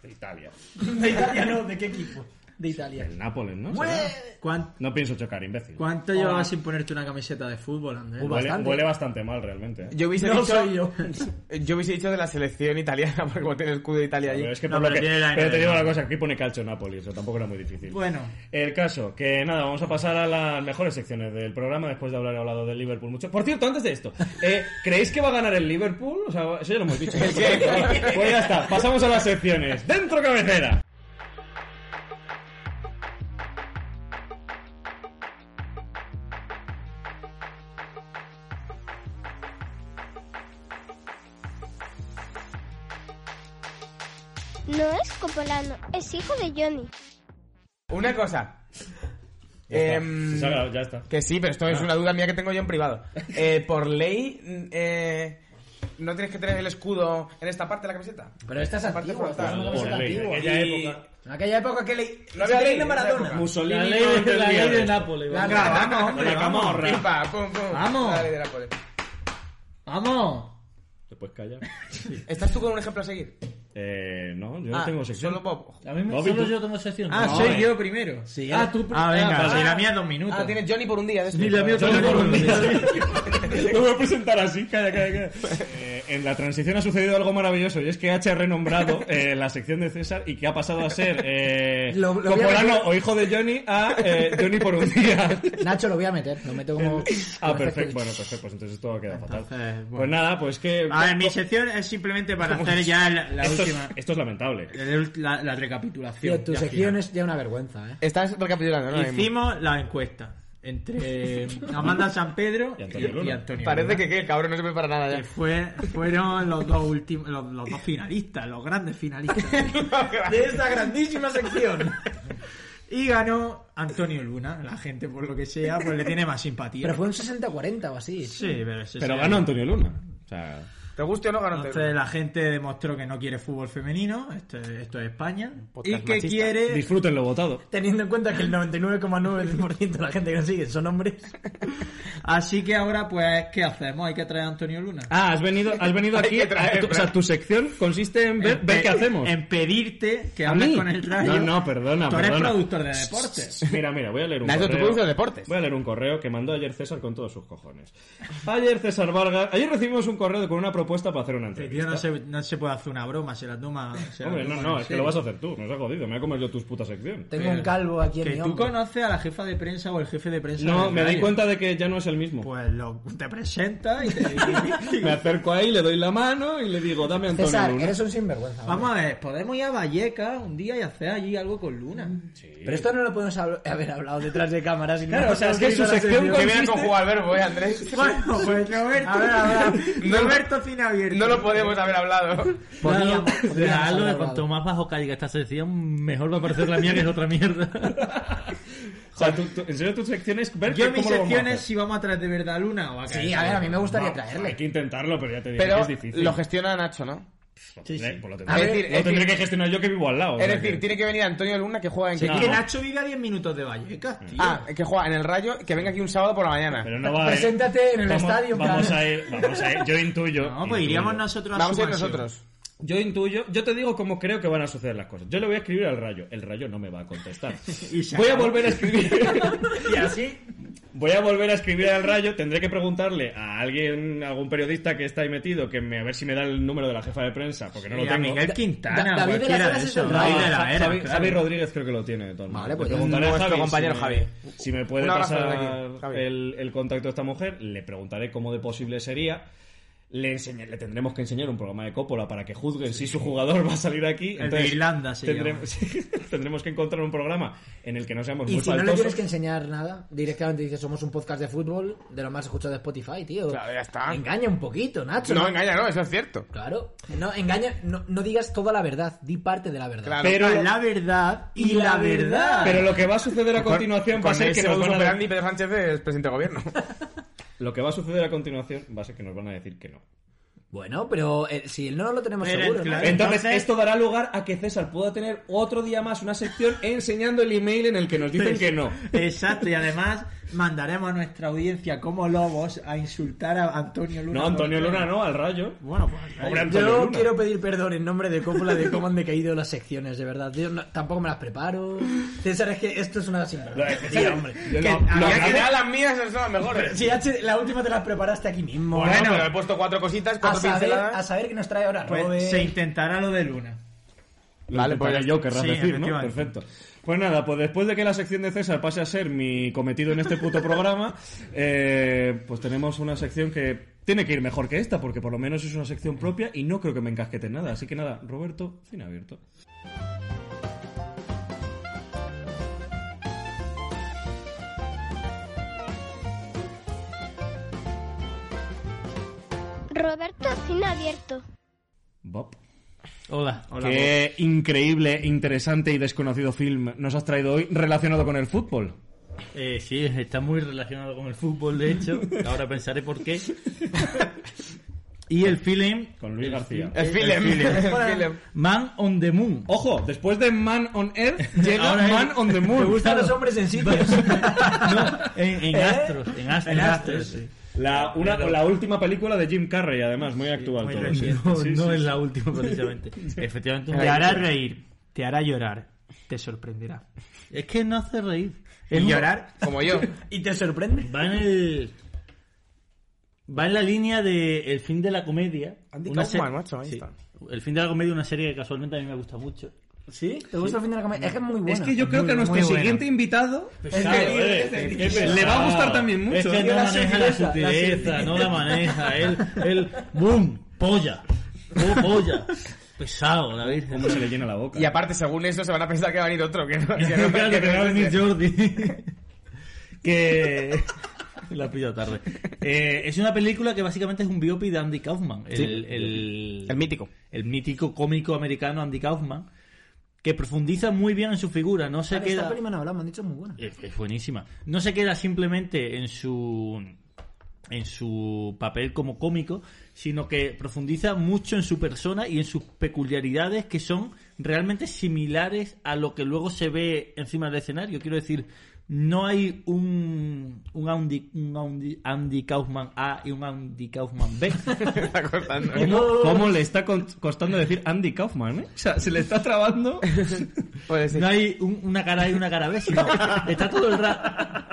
Speaker 2: de Italia.
Speaker 3: De Italia no, ¿de qué equipo? De Italia.
Speaker 2: El Nápoles, ¿no? ¿Será?
Speaker 6: ¿Cuán-
Speaker 2: No pienso chocar, imbécil.
Speaker 6: ¿Cuánto llevabas sin ponerte una camiseta de fútbol, Andrés?
Speaker 2: Huele huele
Speaker 3: Uh, Bastante.
Speaker 2: bastante. mal, realmente. ¿eh?
Speaker 4: Yo hubiese
Speaker 3: No
Speaker 4: dicho,
Speaker 3: soy yo.
Speaker 4: yo hubiese dicho de la selección italiana, porque como tiene el escudo de Italia allí.
Speaker 2: Pero es que
Speaker 6: No,
Speaker 2: por lo
Speaker 6: pero
Speaker 2: que-
Speaker 6: tiene la
Speaker 2: pero te digo
Speaker 6: NBA.
Speaker 2: una cosa, aquí pone calcio Nápoles, o sea, tampoco era muy difícil.
Speaker 6: Bueno,
Speaker 2: El caso, que nada, vamos a pasar a las mejores secciones del programa después de haber hablado del Liverpool mucho. Por cierto, antes de esto, eh, ¿creéis que va a ganar el Liverpool? O sea, eso ya lo hemos dicho. ¿no? Pues ya está, pasamos a las secciones. ¡Dentro cabecera!
Speaker 7: No es Copolano, es hijo de Johnny.
Speaker 4: Una cosa.
Speaker 2: Ya está.
Speaker 4: Em,
Speaker 2: Se saca- Ah. ya está.
Speaker 4: que sí, pero esto es una duda mía que tengo yo en privado. Eh, por ley, mm, eh, ¿no tienes que tener el escudo en esta parte de la camiseta?
Speaker 3: Pero esta es
Speaker 4: Aparte
Speaker 3: antigua, esta es una
Speaker 2: frontal,
Speaker 3: camiseta
Speaker 2: por ley,
Speaker 3: antigua.
Speaker 2: en aquella
Speaker 3: Y-
Speaker 2: época.
Speaker 3: En aquella época que ley...
Speaker 4: No había
Speaker 3: la
Speaker 4: ley en
Speaker 3: de
Speaker 4: esa
Speaker 3: Maradona.
Speaker 4: época. Ah,
Speaker 2: Mussolini
Speaker 5: La
Speaker 2: no
Speaker 5: ley de, la
Speaker 2: entendía
Speaker 5: ley de
Speaker 2: esto.
Speaker 5: Nápoles.
Speaker 3: La-
Speaker 5: vamos.
Speaker 4: Venga, vamos, hombre,
Speaker 2: Con la
Speaker 4: vamos.
Speaker 2: camorra.
Speaker 4: Pipa, pum, pum.
Speaker 6: Vamos.
Speaker 4: Dale, dale, dale.
Speaker 6: ¡Vamos!
Speaker 2: ¿Te puedes callar?
Speaker 4: ¿Estás tú con un ejemplo a seguir?
Speaker 2: Eh, no, yo
Speaker 4: Ah,
Speaker 2: no tengo sección.
Speaker 4: Solo Bob.
Speaker 5: A mí me,
Speaker 2: Bobby,
Speaker 5: solo
Speaker 2: tú-
Speaker 5: yo tengo sección.
Speaker 6: Ah,
Speaker 5: No,
Speaker 6: soy
Speaker 5: eh.
Speaker 6: yo primero.
Speaker 5: Sí, ah, tú.
Speaker 6: Ah, venga,
Speaker 5: ah,
Speaker 6: pues si la mía dos minutos.
Speaker 4: Ah, tienes Johnny por un día. de estos.
Speaker 5: Y la mía
Speaker 2: Yo
Speaker 5: también.
Speaker 2: no puedo entender. Lo voy a presentar así, calla, calla, calla. Eh, en la transición ha sucedido algo maravilloso y es que H ha renombrado eh, la sección de César y que ha pasado a ser eh,
Speaker 3: Lo- lo voy a
Speaker 2: Copolano
Speaker 3: meter-
Speaker 2: o hijo de Johnny a eh, Johnny por un día.
Speaker 3: Nacho lo voy a meter, lo meto como...
Speaker 2: Ah,
Speaker 3: como
Speaker 2: perfecto.
Speaker 3: efecto.
Speaker 2: Bueno, perfecto. Pues entonces esto ha quedado fatal.
Speaker 6: Entonces, bueno.
Speaker 2: Pues nada, pues que...
Speaker 6: A ver, mi sección es simplemente para hacer ya la, la
Speaker 2: esto, es,
Speaker 6: última.
Speaker 2: esto es lamentable.
Speaker 6: el- La, la recapitulación.
Speaker 3: Tío, tu
Speaker 6: ya
Speaker 3: sección
Speaker 6: final.
Speaker 3: es ya una vergüenza, ¿eh?
Speaker 4: Estás recapitulando, ¿no?
Speaker 6: Hicimos la encuesta entre Amanda San Pedro
Speaker 2: Y
Speaker 6: y
Speaker 2: Antonio
Speaker 6: y
Speaker 2: Luna.
Speaker 6: Antonio
Speaker 4: Parece
Speaker 6: Luna.
Speaker 4: que, que el cabrón no se ve para nada
Speaker 6: Que
Speaker 4: ya.
Speaker 6: fue, fueron los dos últimos, los, los dos finalistas, los grandes finalistas
Speaker 3: De esta grandísima sección.
Speaker 6: Y ganó Antonio Luna. La gente, por lo que sea, pues le tiene más simpatía.
Speaker 3: Pero fue un 60-40 o así.
Speaker 6: Sí, pero, sí,
Speaker 2: Pero
Speaker 6: sí.
Speaker 2: ganó Antonio Luna. O sea,
Speaker 4: ¿Te guste o no, ganó
Speaker 6: Entonces la gente demostró que no quiere fútbol femenino. Esto, es- esto es España. Y
Speaker 4: podcast
Speaker 6: que
Speaker 4: machista.
Speaker 6: quiere.
Speaker 2: disfruten lo votado.
Speaker 3: Teniendo en cuenta que el 99,9% de la gente que nos sigue son hombres.
Speaker 6: Así que ahora, pues, ¿qué hacemos? Hay que traer a Antonio Luna.
Speaker 2: Ah, has venido, has venido
Speaker 4: Hay
Speaker 2: aquí.
Speaker 4: que traer,
Speaker 2: a- tu- o sea,
Speaker 4: Fran.
Speaker 2: tu sección consiste en ver,
Speaker 6: En
Speaker 2: ver
Speaker 6: pe-
Speaker 2: qué hacemos.
Speaker 6: En pedirte que
Speaker 2: ¿A
Speaker 6: hables
Speaker 2: mí?
Speaker 6: con el rayo.
Speaker 2: No, no, perdona,
Speaker 6: Tú eres
Speaker 2: perdona.
Speaker 6: productor de deportes.
Speaker 2: Mira, mira, voy a leer un
Speaker 4: Nacho, tú
Speaker 2: correo.
Speaker 4: produces deportes.
Speaker 2: Voy a leer un correo que mandó ayer César con todos sus cojones. Ayer César Vargas, ayer recibimos un correo con una propuesta para hacer una
Speaker 6: Sí,
Speaker 2: entrevista.
Speaker 6: tío, no se, no se puede hacer una broma, se la toma. se la
Speaker 2: Hombre,
Speaker 6: toma
Speaker 2: no,
Speaker 6: en
Speaker 2: no, es que
Speaker 6: serio.
Speaker 2: lo vas a hacer tú, nos ha jodido, me voy a comer yo tus putas sección.
Speaker 3: Tengo un calvo aquí en
Speaker 6: Que
Speaker 3: mi
Speaker 6: tú
Speaker 3: hombro.
Speaker 6: conoces a la jefa de prensa o el jefe de prensa.
Speaker 2: No,
Speaker 6: del
Speaker 2: me di
Speaker 6: Rayo.
Speaker 2: cuenta de que ya no es el mismo.
Speaker 6: Pues lo, te presenta y te
Speaker 2: Me acerco ahí, le doy la mano y le digo, dame a Antonio
Speaker 3: César,
Speaker 2: Luna.
Speaker 3: eres un sinvergüenza. hombre.
Speaker 6: Vamos a ver, podemos ir a Valleca un día y hacer allí algo con Luna.
Speaker 3: Pero esto no lo podemos habl- haber hablado detrás de cámaras. y
Speaker 2: Claro,
Speaker 3: no
Speaker 2: o sea, es que
Speaker 3: hemos
Speaker 2: es su
Speaker 3: ido a la
Speaker 2: sección
Speaker 4: Que bien
Speaker 2: consiste-
Speaker 4: conjugado el verbo, eh, Andrés.
Speaker 6: Bueno, pues Roberto.
Speaker 3: A ver, a ver.
Speaker 6: Roberto Cinabierto.
Speaker 4: No lo podemos haber hablado.
Speaker 5: Claro,
Speaker 3: Podríamos- podríamos
Speaker 5: será algo de
Speaker 3: haber
Speaker 5: cuanto
Speaker 3: hablado.
Speaker 5: más bajo caiga esta sección, mejor va a parecer la mía que es otra mierda.
Speaker 2: O sea, tú- tú- en serio, tu sección es ver
Speaker 6: Yo
Speaker 2: que
Speaker 6: mis
Speaker 2: cómo lo vamos a
Speaker 6: secciones
Speaker 2: hacer.
Speaker 6: si vamos a traer de verdad a Luna o a
Speaker 3: Sí, a ver, a mí me gustaría traerle.
Speaker 2: Hay que intentarlo, pero ya te digo que
Speaker 4: Pero
Speaker 2: es difícil.
Speaker 4: lo gestiona Nacho, ¿no?
Speaker 2: Lo tendré- pues lo
Speaker 4: A
Speaker 2: tendré,
Speaker 4: decir,
Speaker 3: eh,
Speaker 2: lo
Speaker 4: es
Speaker 2: tendré
Speaker 4: decir-
Speaker 2: que gestionar yo que vivo al lado. o
Speaker 4: Es
Speaker 2: sea
Speaker 4: decir,
Speaker 2: que-
Speaker 4: tiene que venir Antonio Luna que juega en...
Speaker 6: Es
Speaker 2: no.
Speaker 6: que Nacho vive a 10 minutos de Vallecas, tío.
Speaker 4: Ah, que juega en el Rayo, que venga aquí un sábado por la mañana.
Speaker 2: Pero no va a ir.
Speaker 3: Preséntate en el
Speaker 2: Vamos-
Speaker 3: estadio,
Speaker 2: Vamos
Speaker 3: claro.
Speaker 2: a ir, vamos a ir. Yo intuyo.
Speaker 6: no, pues
Speaker 2: intuyo.
Speaker 6: iríamos nosotros a
Speaker 4: Vamos
Speaker 6: su
Speaker 4: a ir
Speaker 6: mansión.
Speaker 4: nosotros.
Speaker 2: Yo intuyo, yo te digo cómo creo que van a suceder las cosas. Yo le voy a escribir al rayo. El rayo no me va a contestar.
Speaker 6: Y se
Speaker 2: voy a
Speaker 6: acabó.
Speaker 2: volver a escribir. y así. Voy a volver a escribir al rayo. Tendré que preguntarle a alguien, algún periodista que está ahí metido, que me, a ver si me da el número de la jefa de prensa, porque no lo
Speaker 6: Y a
Speaker 2: tengo.
Speaker 6: Miguel Quintana,
Speaker 3: Da- David de
Speaker 6: cualquiera
Speaker 3: las Heras es
Speaker 6: esos.
Speaker 2: Ah,
Speaker 3: el
Speaker 6: David
Speaker 3: rey.
Speaker 6: de la
Speaker 2: Javi-
Speaker 6: Era,
Speaker 2: Javi,
Speaker 6: claro.
Speaker 2: Javi Rodríguez creo que lo tiene. de todo el mundo.
Speaker 3: Vale, pues
Speaker 2: Le preguntaré a
Speaker 4: nuestro
Speaker 2: Javi
Speaker 4: compañero
Speaker 2: si
Speaker 4: Javi.
Speaker 2: Me, si me puede
Speaker 4: Un abrazo,
Speaker 2: pasar
Speaker 4: Javi. Javi.
Speaker 2: El, el contacto de esta mujer, le preguntaré cómo de posible sería. Le, enseñé- le tendremos que enseñar un programa de Coppola para que juzguen si su jugador va a salir aquí.
Speaker 6: de Irlanda se
Speaker 2: tendremos, tendremos que encontrar un programa en el que no seamos
Speaker 3: Y
Speaker 2: muy
Speaker 3: si no le
Speaker 2: faltosos.
Speaker 3: tienes que enseñar nada, directamente dices, somos un podcast de fútbol de lo más escuchado de Spotify, tío.
Speaker 4: Claro, ya está.
Speaker 3: Engaña un poquito, Nacho.
Speaker 4: No, engaña, no, eso es cierto.
Speaker 3: Claro. No, engaña, no, no digas toda la verdad, di parte de la verdad.
Speaker 4: Claro.
Speaker 2: Pero-
Speaker 6: la verdad y,
Speaker 3: Y
Speaker 6: la
Speaker 3: la
Speaker 6: verdad.
Speaker 3: verdad.
Speaker 2: Pero lo que va a suceder a
Speaker 4: Con-
Speaker 2: continuación va
Speaker 4: con
Speaker 2: a ser que
Speaker 4: ese
Speaker 2: nos
Speaker 4: modus
Speaker 2: van a
Speaker 4: operandi, Pedro Sánchez es presidente de gobierno.
Speaker 2: Lo que va a suceder a continuación va a ser que nos van a decir que no.
Speaker 3: Bueno, pero eh, si el no lo tenemos
Speaker 6: Pero,
Speaker 3: seguro, ¿no?
Speaker 6: claro.
Speaker 2: Entonces,
Speaker 6: Entonces-
Speaker 2: esto dará lugar a que César pueda tener otro día más una sección enseñando el email en el que nos dicen que no.
Speaker 6: Exacto, y además mandaremos a nuestra audiencia como lobos a insultar a Antonio Luna.
Speaker 2: No, Antonio
Speaker 6: porque-
Speaker 2: Luna no, al rayo.
Speaker 6: Bueno, pues.
Speaker 2: Hombre, Antonio
Speaker 3: Yo
Speaker 2: Luna.
Speaker 3: quiero pedir perdón en nombre de Coppola de cómo han decaído las secciones, de verdad. Yo no- tampoco me las preparo. César, es que esto es una sinvergüenza. tío, hombre.
Speaker 2: Yo
Speaker 6: Que
Speaker 2: lo-
Speaker 6: había
Speaker 2: lo
Speaker 4: Mira que
Speaker 2: hablamos-
Speaker 4: ya las mías son las mejores.
Speaker 3: Si H, la última te las preparaste aquí mismo.
Speaker 4: Bueno, pero he puesto cuatro cositas,
Speaker 3: a
Speaker 4: cuatro
Speaker 3: saber, a
Speaker 4: pinceladas.
Speaker 3: saber qué nos trae ahora
Speaker 6: pues
Speaker 3: Robert.
Speaker 6: se intentará lo de Luna.
Speaker 2: Lo
Speaker 4: Vale,
Speaker 2: vale,
Speaker 4: pues-
Speaker 2: yo, querrás
Speaker 6: sí,
Speaker 2: decir, ¿no?
Speaker 6: efectivamente.
Speaker 2: Perfecto. Pues nada, pues después de que la sección de César pase a ser mi cometido en este puto programa, eh, pues tenemos una sección que tiene que ir mejor que esta, porque por lo menos es una sección propia y no creo que me encasquete nada. Así que nada, Roberto, cine abierto.
Speaker 7: Roberto Cine Abierto.
Speaker 2: Bob.
Speaker 5: Hola.
Speaker 2: Qué increíble, interesante y desconocido film nos has traído hoy relacionado con el fútbol.
Speaker 5: Eh, sí, está muy relacionado con el fútbol, de hecho. Ahora pensaré por qué. Y el film.
Speaker 2: Con Luis García.
Speaker 4: El film. El film.
Speaker 5: Man on the Moon.
Speaker 2: Ojo, después de Man on Earth llega
Speaker 5: Ahora es-
Speaker 2: Man on the Moon.
Speaker 5: Me gusta
Speaker 3: Están los hombres en sitios.
Speaker 5: No, en,
Speaker 6: ¿Eh?
Speaker 5: en Astros. En Astros.
Speaker 3: En Astros,
Speaker 5: sí.
Speaker 2: La, una, la última película de Jim Carrey, además, muy actual
Speaker 5: Muy
Speaker 2: todo. sí.
Speaker 5: bien. No,
Speaker 2: Sí,
Speaker 5: no
Speaker 2: sí,
Speaker 5: es
Speaker 2: sí.
Speaker 5: la última, precisamente. Efectivamente.
Speaker 6: Te hará reír, te hará llorar, te sorprenderá.
Speaker 5: Es que no hace reír. Es
Speaker 6: El
Speaker 5: un-
Speaker 6: llorar,
Speaker 4: Como yo.
Speaker 3: ¿Y te sorprende?
Speaker 5: Va en el. Va en la línea de El fin de la comedia.
Speaker 4: Andy
Speaker 5: Una
Speaker 4: Kaufman,
Speaker 5: se-
Speaker 4: macho, ahí está.
Speaker 5: El fin de la comedia, una serie que casualmente a mí me gusta mucho.
Speaker 3: ¿Sí? ¿Te gusta el fin de la comedia? Es que es muy bueno.
Speaker 2: Es que yo creo que a nuestro
Speaker 6: muy buena.
Speaker 2: siguiente invitado
Speaker 5: Claro, eh, es
Speaker 2: le va a gustar
Speaker 5: pesado.
Speaker 2: también mucho.
Speaker 5: Es que
Speaker 3: Yo
Speaker 5: no
Speaker 3: la
Speaker 5: maneja la
Speaker 3: sutileza, la
Speaker 5: sutileza,
Speaker 3: sutileza.
Speaker 5: no la maneja. Él, él, boom, polla, oh, polla. Pesado, la virgen.
Speaker 2: ¿Cómo se le llena la boca?
Speaker 4: Y aparte, según eso, se van a pensar que va a venir otro. Que no, que no-
Speaker 5: Claro,
Speaker 4: que
Speaker 5: que va a
Speaker 4: no-
Speaker 5: venir Jordi. que. La he pillado tarde. Eh, es una película que básicamente es un biopic de Andy Kaufman. El, el-
Speaker 4: El mítico.
Speaker 5: el mítico cómico americano Andy Kaufman. Que profundiza muy bien en su figura. No se
Speaker 3: Ah, que
Speaker 5: queda.
Speaker 3: Esta película no hablamos, han dicho es muy buena.
Speaker 5: Es, es buenísima. No se queda simplemente en su en su papel como cómico, sino que profundiza mucho en su persona y en sus peculiaridades que son realmente similares a lo que luego se ve encima del escenario. Quiero decir, no hay un, un, Andy, un Andy, Andy Kaufman A y un Andy Kaufman B.
Speaker 4: Está cortando.
Speaker 2: ¿Cómo, cómo le está con- costando decir Andy Kaufman? eh? O sea, se le está trabando.
Speaker 4: Puede ser.
Speaker 5: No hay un- una cara A y una cara B, sino está todo el rato...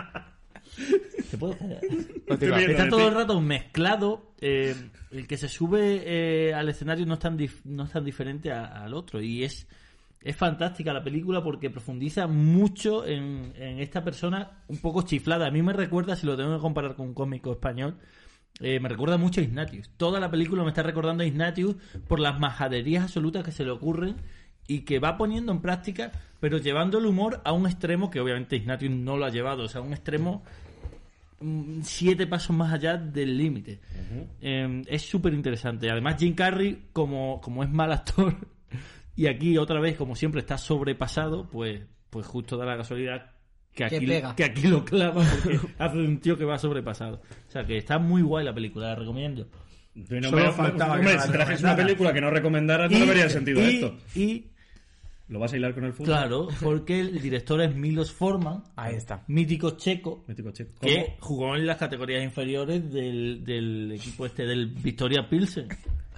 Speaker 5: ¿Te puedo callar?
Speaker 2: Estoy riendo de
Speaker 5: Está todo
Speaker 2: ti.
Speaker 5: el rato mezclado. eh, el que se sube eh, al escenario no es tan, dif- no es tan diferente a- al otro. Y es, es fantástica la película porque profundiza mucho en, en esta persona un poco chiflada. A mí me recuerda, si lo tengo que comparar con un cómico español, eh, me recuerda mucho a Ignatius. Toda la película me está recordando a Ignatius por las majaderías absolutas que se le ocurren y que va poniendo en práctica, pero llevando el humor a un extremo que obviamente Ignatius no lo ha llevado, o sea, un extremo mm, siete pasos más allá del límite. Eh, es súper interesante. Además, Jim Carrey, como, como es mal actor, y aquí otra vez, como siempre, está sobrepasado, pues, pues justo da la casualidad que
Speaker 3: Que
Speaker 5: aquí,
Speaker 3: pega.
Speaker 5: que aquí lo clava, porque hace de un tío que va sobrepasado. O sea, que está muy guay la película, la recomiendo.
Speaker 2: Bueno,
Speaker 6: Solo
Speaker 2: hombre,
Speaker 6: faltaba que
Speaker 2: hombre,
Speaker 6: no la
Speaker 2: si trajes una
Speaker 6: recomendara.
Speaker 2: película que no recomendaras, no le vería el sentido de
Speaker 5: y-
Speaker 2: esto.
Speaker 5: Y,
Speaker 2: ¿Lo vas a hilar con el fútbol?
Speaker 5: claro, porque el director es Milos Forman,
Speaker 4: Ahí está.
Speaker 5: mítico checo,
Speaker 2: Mítico chico.
Speaker 5: que jugó en las categorías inferiores del, del equipo este del Victoria Pilsen.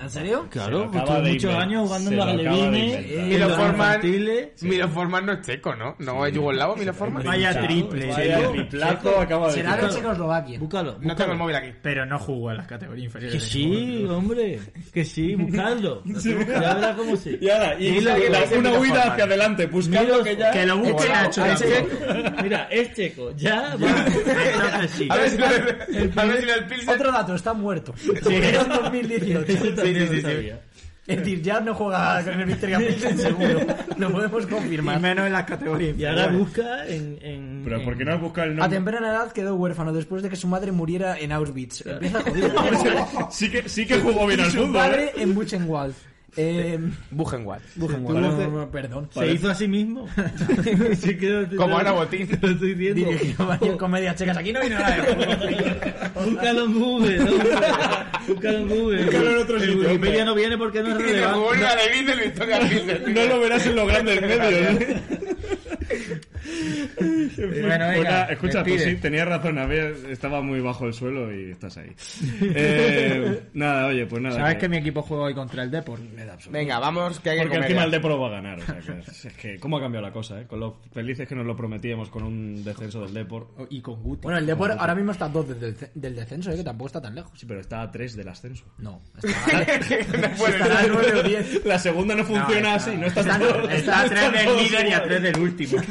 Speaker 3: ¿En serio?
Speaker 2: Se
Speaker 5: Claro,
Speaker 2: lo acaba
Speaker 5: estuvo
Speaker 2: de
Speaker 5: muchos
Speaker 2: inventar.
Speaker 5: años jugando
Speaker 2: Se
Speaker 5: en eh, los
Speaker 2: lo acaba de
Speaker 5: alevines,
Speaker 2: inventar.
Speaker 5: en
Speaker 4: Milo
Speaker 5: los
Speaker 4: Forman-
Speaker 5: infantiles.
Speaker 4: Milo Forman no es checo, ¿no? No es yugoslavo, Milo Forman.
Speaker 6: vaya triple.
Speaker 2: Vaya, mi plato acaba de
Speaker 3: Será de
Speaker 2: llegar.
Speaker 3: Checoslovaquia.
Speaker 5: Búscalo,
Speaker 4: No tengo
Speaker 5: búscalo.
Speaker 4: el móvil aquí.
Speaker 6: Pero no jugó a las categorías
Speaker 5: Que
Speaker 6: inferiores.
Speaker 5: sí, hombre, que sí, buscadlo. Ya verás cómo sí.
Speaker 2: Y ahora, y
Speaker 4: Dilo que
Speaker 2: la-
Speaker 4: lo dice
Speaker 2: una
Speaker 4: Milo
Speaker 2: huida
Speaker 4: Forman.
Speaker 2: hacia adelante, buscando
Speaker 5: Milo-
Speaker 2: que ya.
Speaker 6: Que lo busque Nacho.
Speaker 4: Ah,
Speaker 6: tampoco.
Speaker 4: ese-
Speaker 5: Mira, es checo, ya, entonces sí.
Speaker 4: A ver si lo a ver si lo del Pilsen.
Speaker 3: Otro dato, está muerto. Murió en 2018.
Speaker 4: sí, sí.
Speaker 3: Es decir, ya no juega con el Victoria Pilsen seguro. Lo podemos
Speaker 6: Más o
Speaker 3: confirmar.
Speaker 6: menos en las categorías
Speaker 5: Y ahora
Speaker 6: inferiores.
Speaker 5: busca en... en
Speaker 2: Pero ¿por qué no has buscado el
Speaker 3: A
Speaker 2: nombre?
Speaker 3: temprana edad quedó huérfano después de que su madre muriera en Auschwitz. Empieza
Speaker 2: Sí que, sí que jugó bien
Speaker 3: Y
Speaker 2: al
Speaker 3: su
Speaker 2: fútbol. ¿eh?
Speaker 3: padre en Buchenwald. Eh,
Speaker 4: Buchenwald.
Speaker 3: Buchenwald. No, Perdón.
Speaker 5: Se hizo a sí mismo. Sí, creo que-
Speaker 4: Como Ana Botín.
Speaker 5: Lo estoy viendo.
Speaker 3: Dirigió varias comedias checas. Aquí no vino nada de
Speaker 5: Búscalo en Google. ¿no? Búscalo en Google.
Speaker 2: Búscalo en otro
Speaker 5: El
Speaker 2: sitio,
Speaker 5: Wikipedia
Speaker 2: hombre.
Speaker 5: no viene porque no es
Speaker 4: Y le jugó
Speaker 5: relevante.
Speaker 4: el Alevín del Victoria Pilsen.
Speaker 2: No lo verás en lo grande del medio. ¿eh?
Speaker 4: Bueno, venga,
Speaker 2: Buena- escucha, tú
Speaker 4: despide.
Speaker 2: sí, tenías razón. había- estaba muy bajo el suelo y estás ahí. Eh, nada, oye, pues nada.
Speaker 6: ¿Sabes que mi equipo juega hoy contra el Depor?
Speaker 4: Venga, vamos, que hay que
Speaker 2: Porque
Speaker 4: comer
Speaker 2: encima
Speaker 4: ya.
Speaker 2: el Depor va a ganar. o sea, que es es que, ¿cómo ha cambiado la cosa? Eh? Con lo felices que nos lo prometíamos con un descenso del Depor. Oh,
Speaker 6: Y con Guti.
Speaker 3: Bueno, el Depor ahora mismo está a dos del, del descenso, ¿eh? que tampoco está tan lejos.
Speaker 2: Sí, pero está a 3 del ascenso.
Speaker 3: No, está
Speaker 4: No puede
Speaker 3: estará
Speaker 4: ser.
Speaker 3: a 9 o 10.
Speaker 2: La segunda no funciona así, no está todo-
Speaker 6: Está a
Speaker 2: no
Speaker 6: tres del
Speaker 2: todo
Speaker 6: líder y a
Speaker 2: igual.
Speaker 6: tres del último.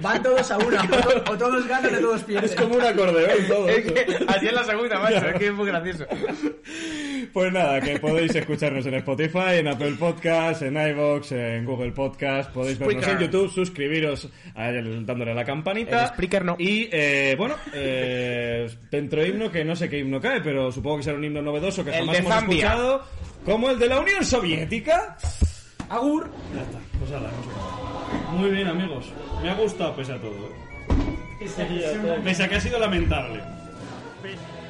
Speaker 3: Van todos a una, o to- o todos ganan o todos pierden.
Speaker 2: Es como un acordeón todo.
Speaker 4: Es que así es la segunda, macho. Es que es muy gracioso.
Speaker 2: Pues nada, que podéis escucharnos en Spotify, en Apple Podcast, en iVoox, en Google Podcast, podéis vernos en
Speaker 4: Spreaker.
Speaker 2: YouTube, suscribiros a- dándole a la campanita.
Speaker 4: En Spreaker no.
Speaker 2: Y eh, bueno, eh, dentro himno que no sé qué himno cae, pero supongo que será un himno novedoso que
Speaker 4: El
Speaker 2: jamás
Speaker 4: de
Speaker 2: hemos
Speaker 4: Zambia.
Speaker 2: escuchado, como el de la Unión Soviética.
Speaker 3: Agur.
Speaker 2: Pues ala, hemos acabado. Muy bien, amigos. Me ha gustado pese a todo. ¿eh? Pese a que ha sido lamentable.
Speaker 5: Pese-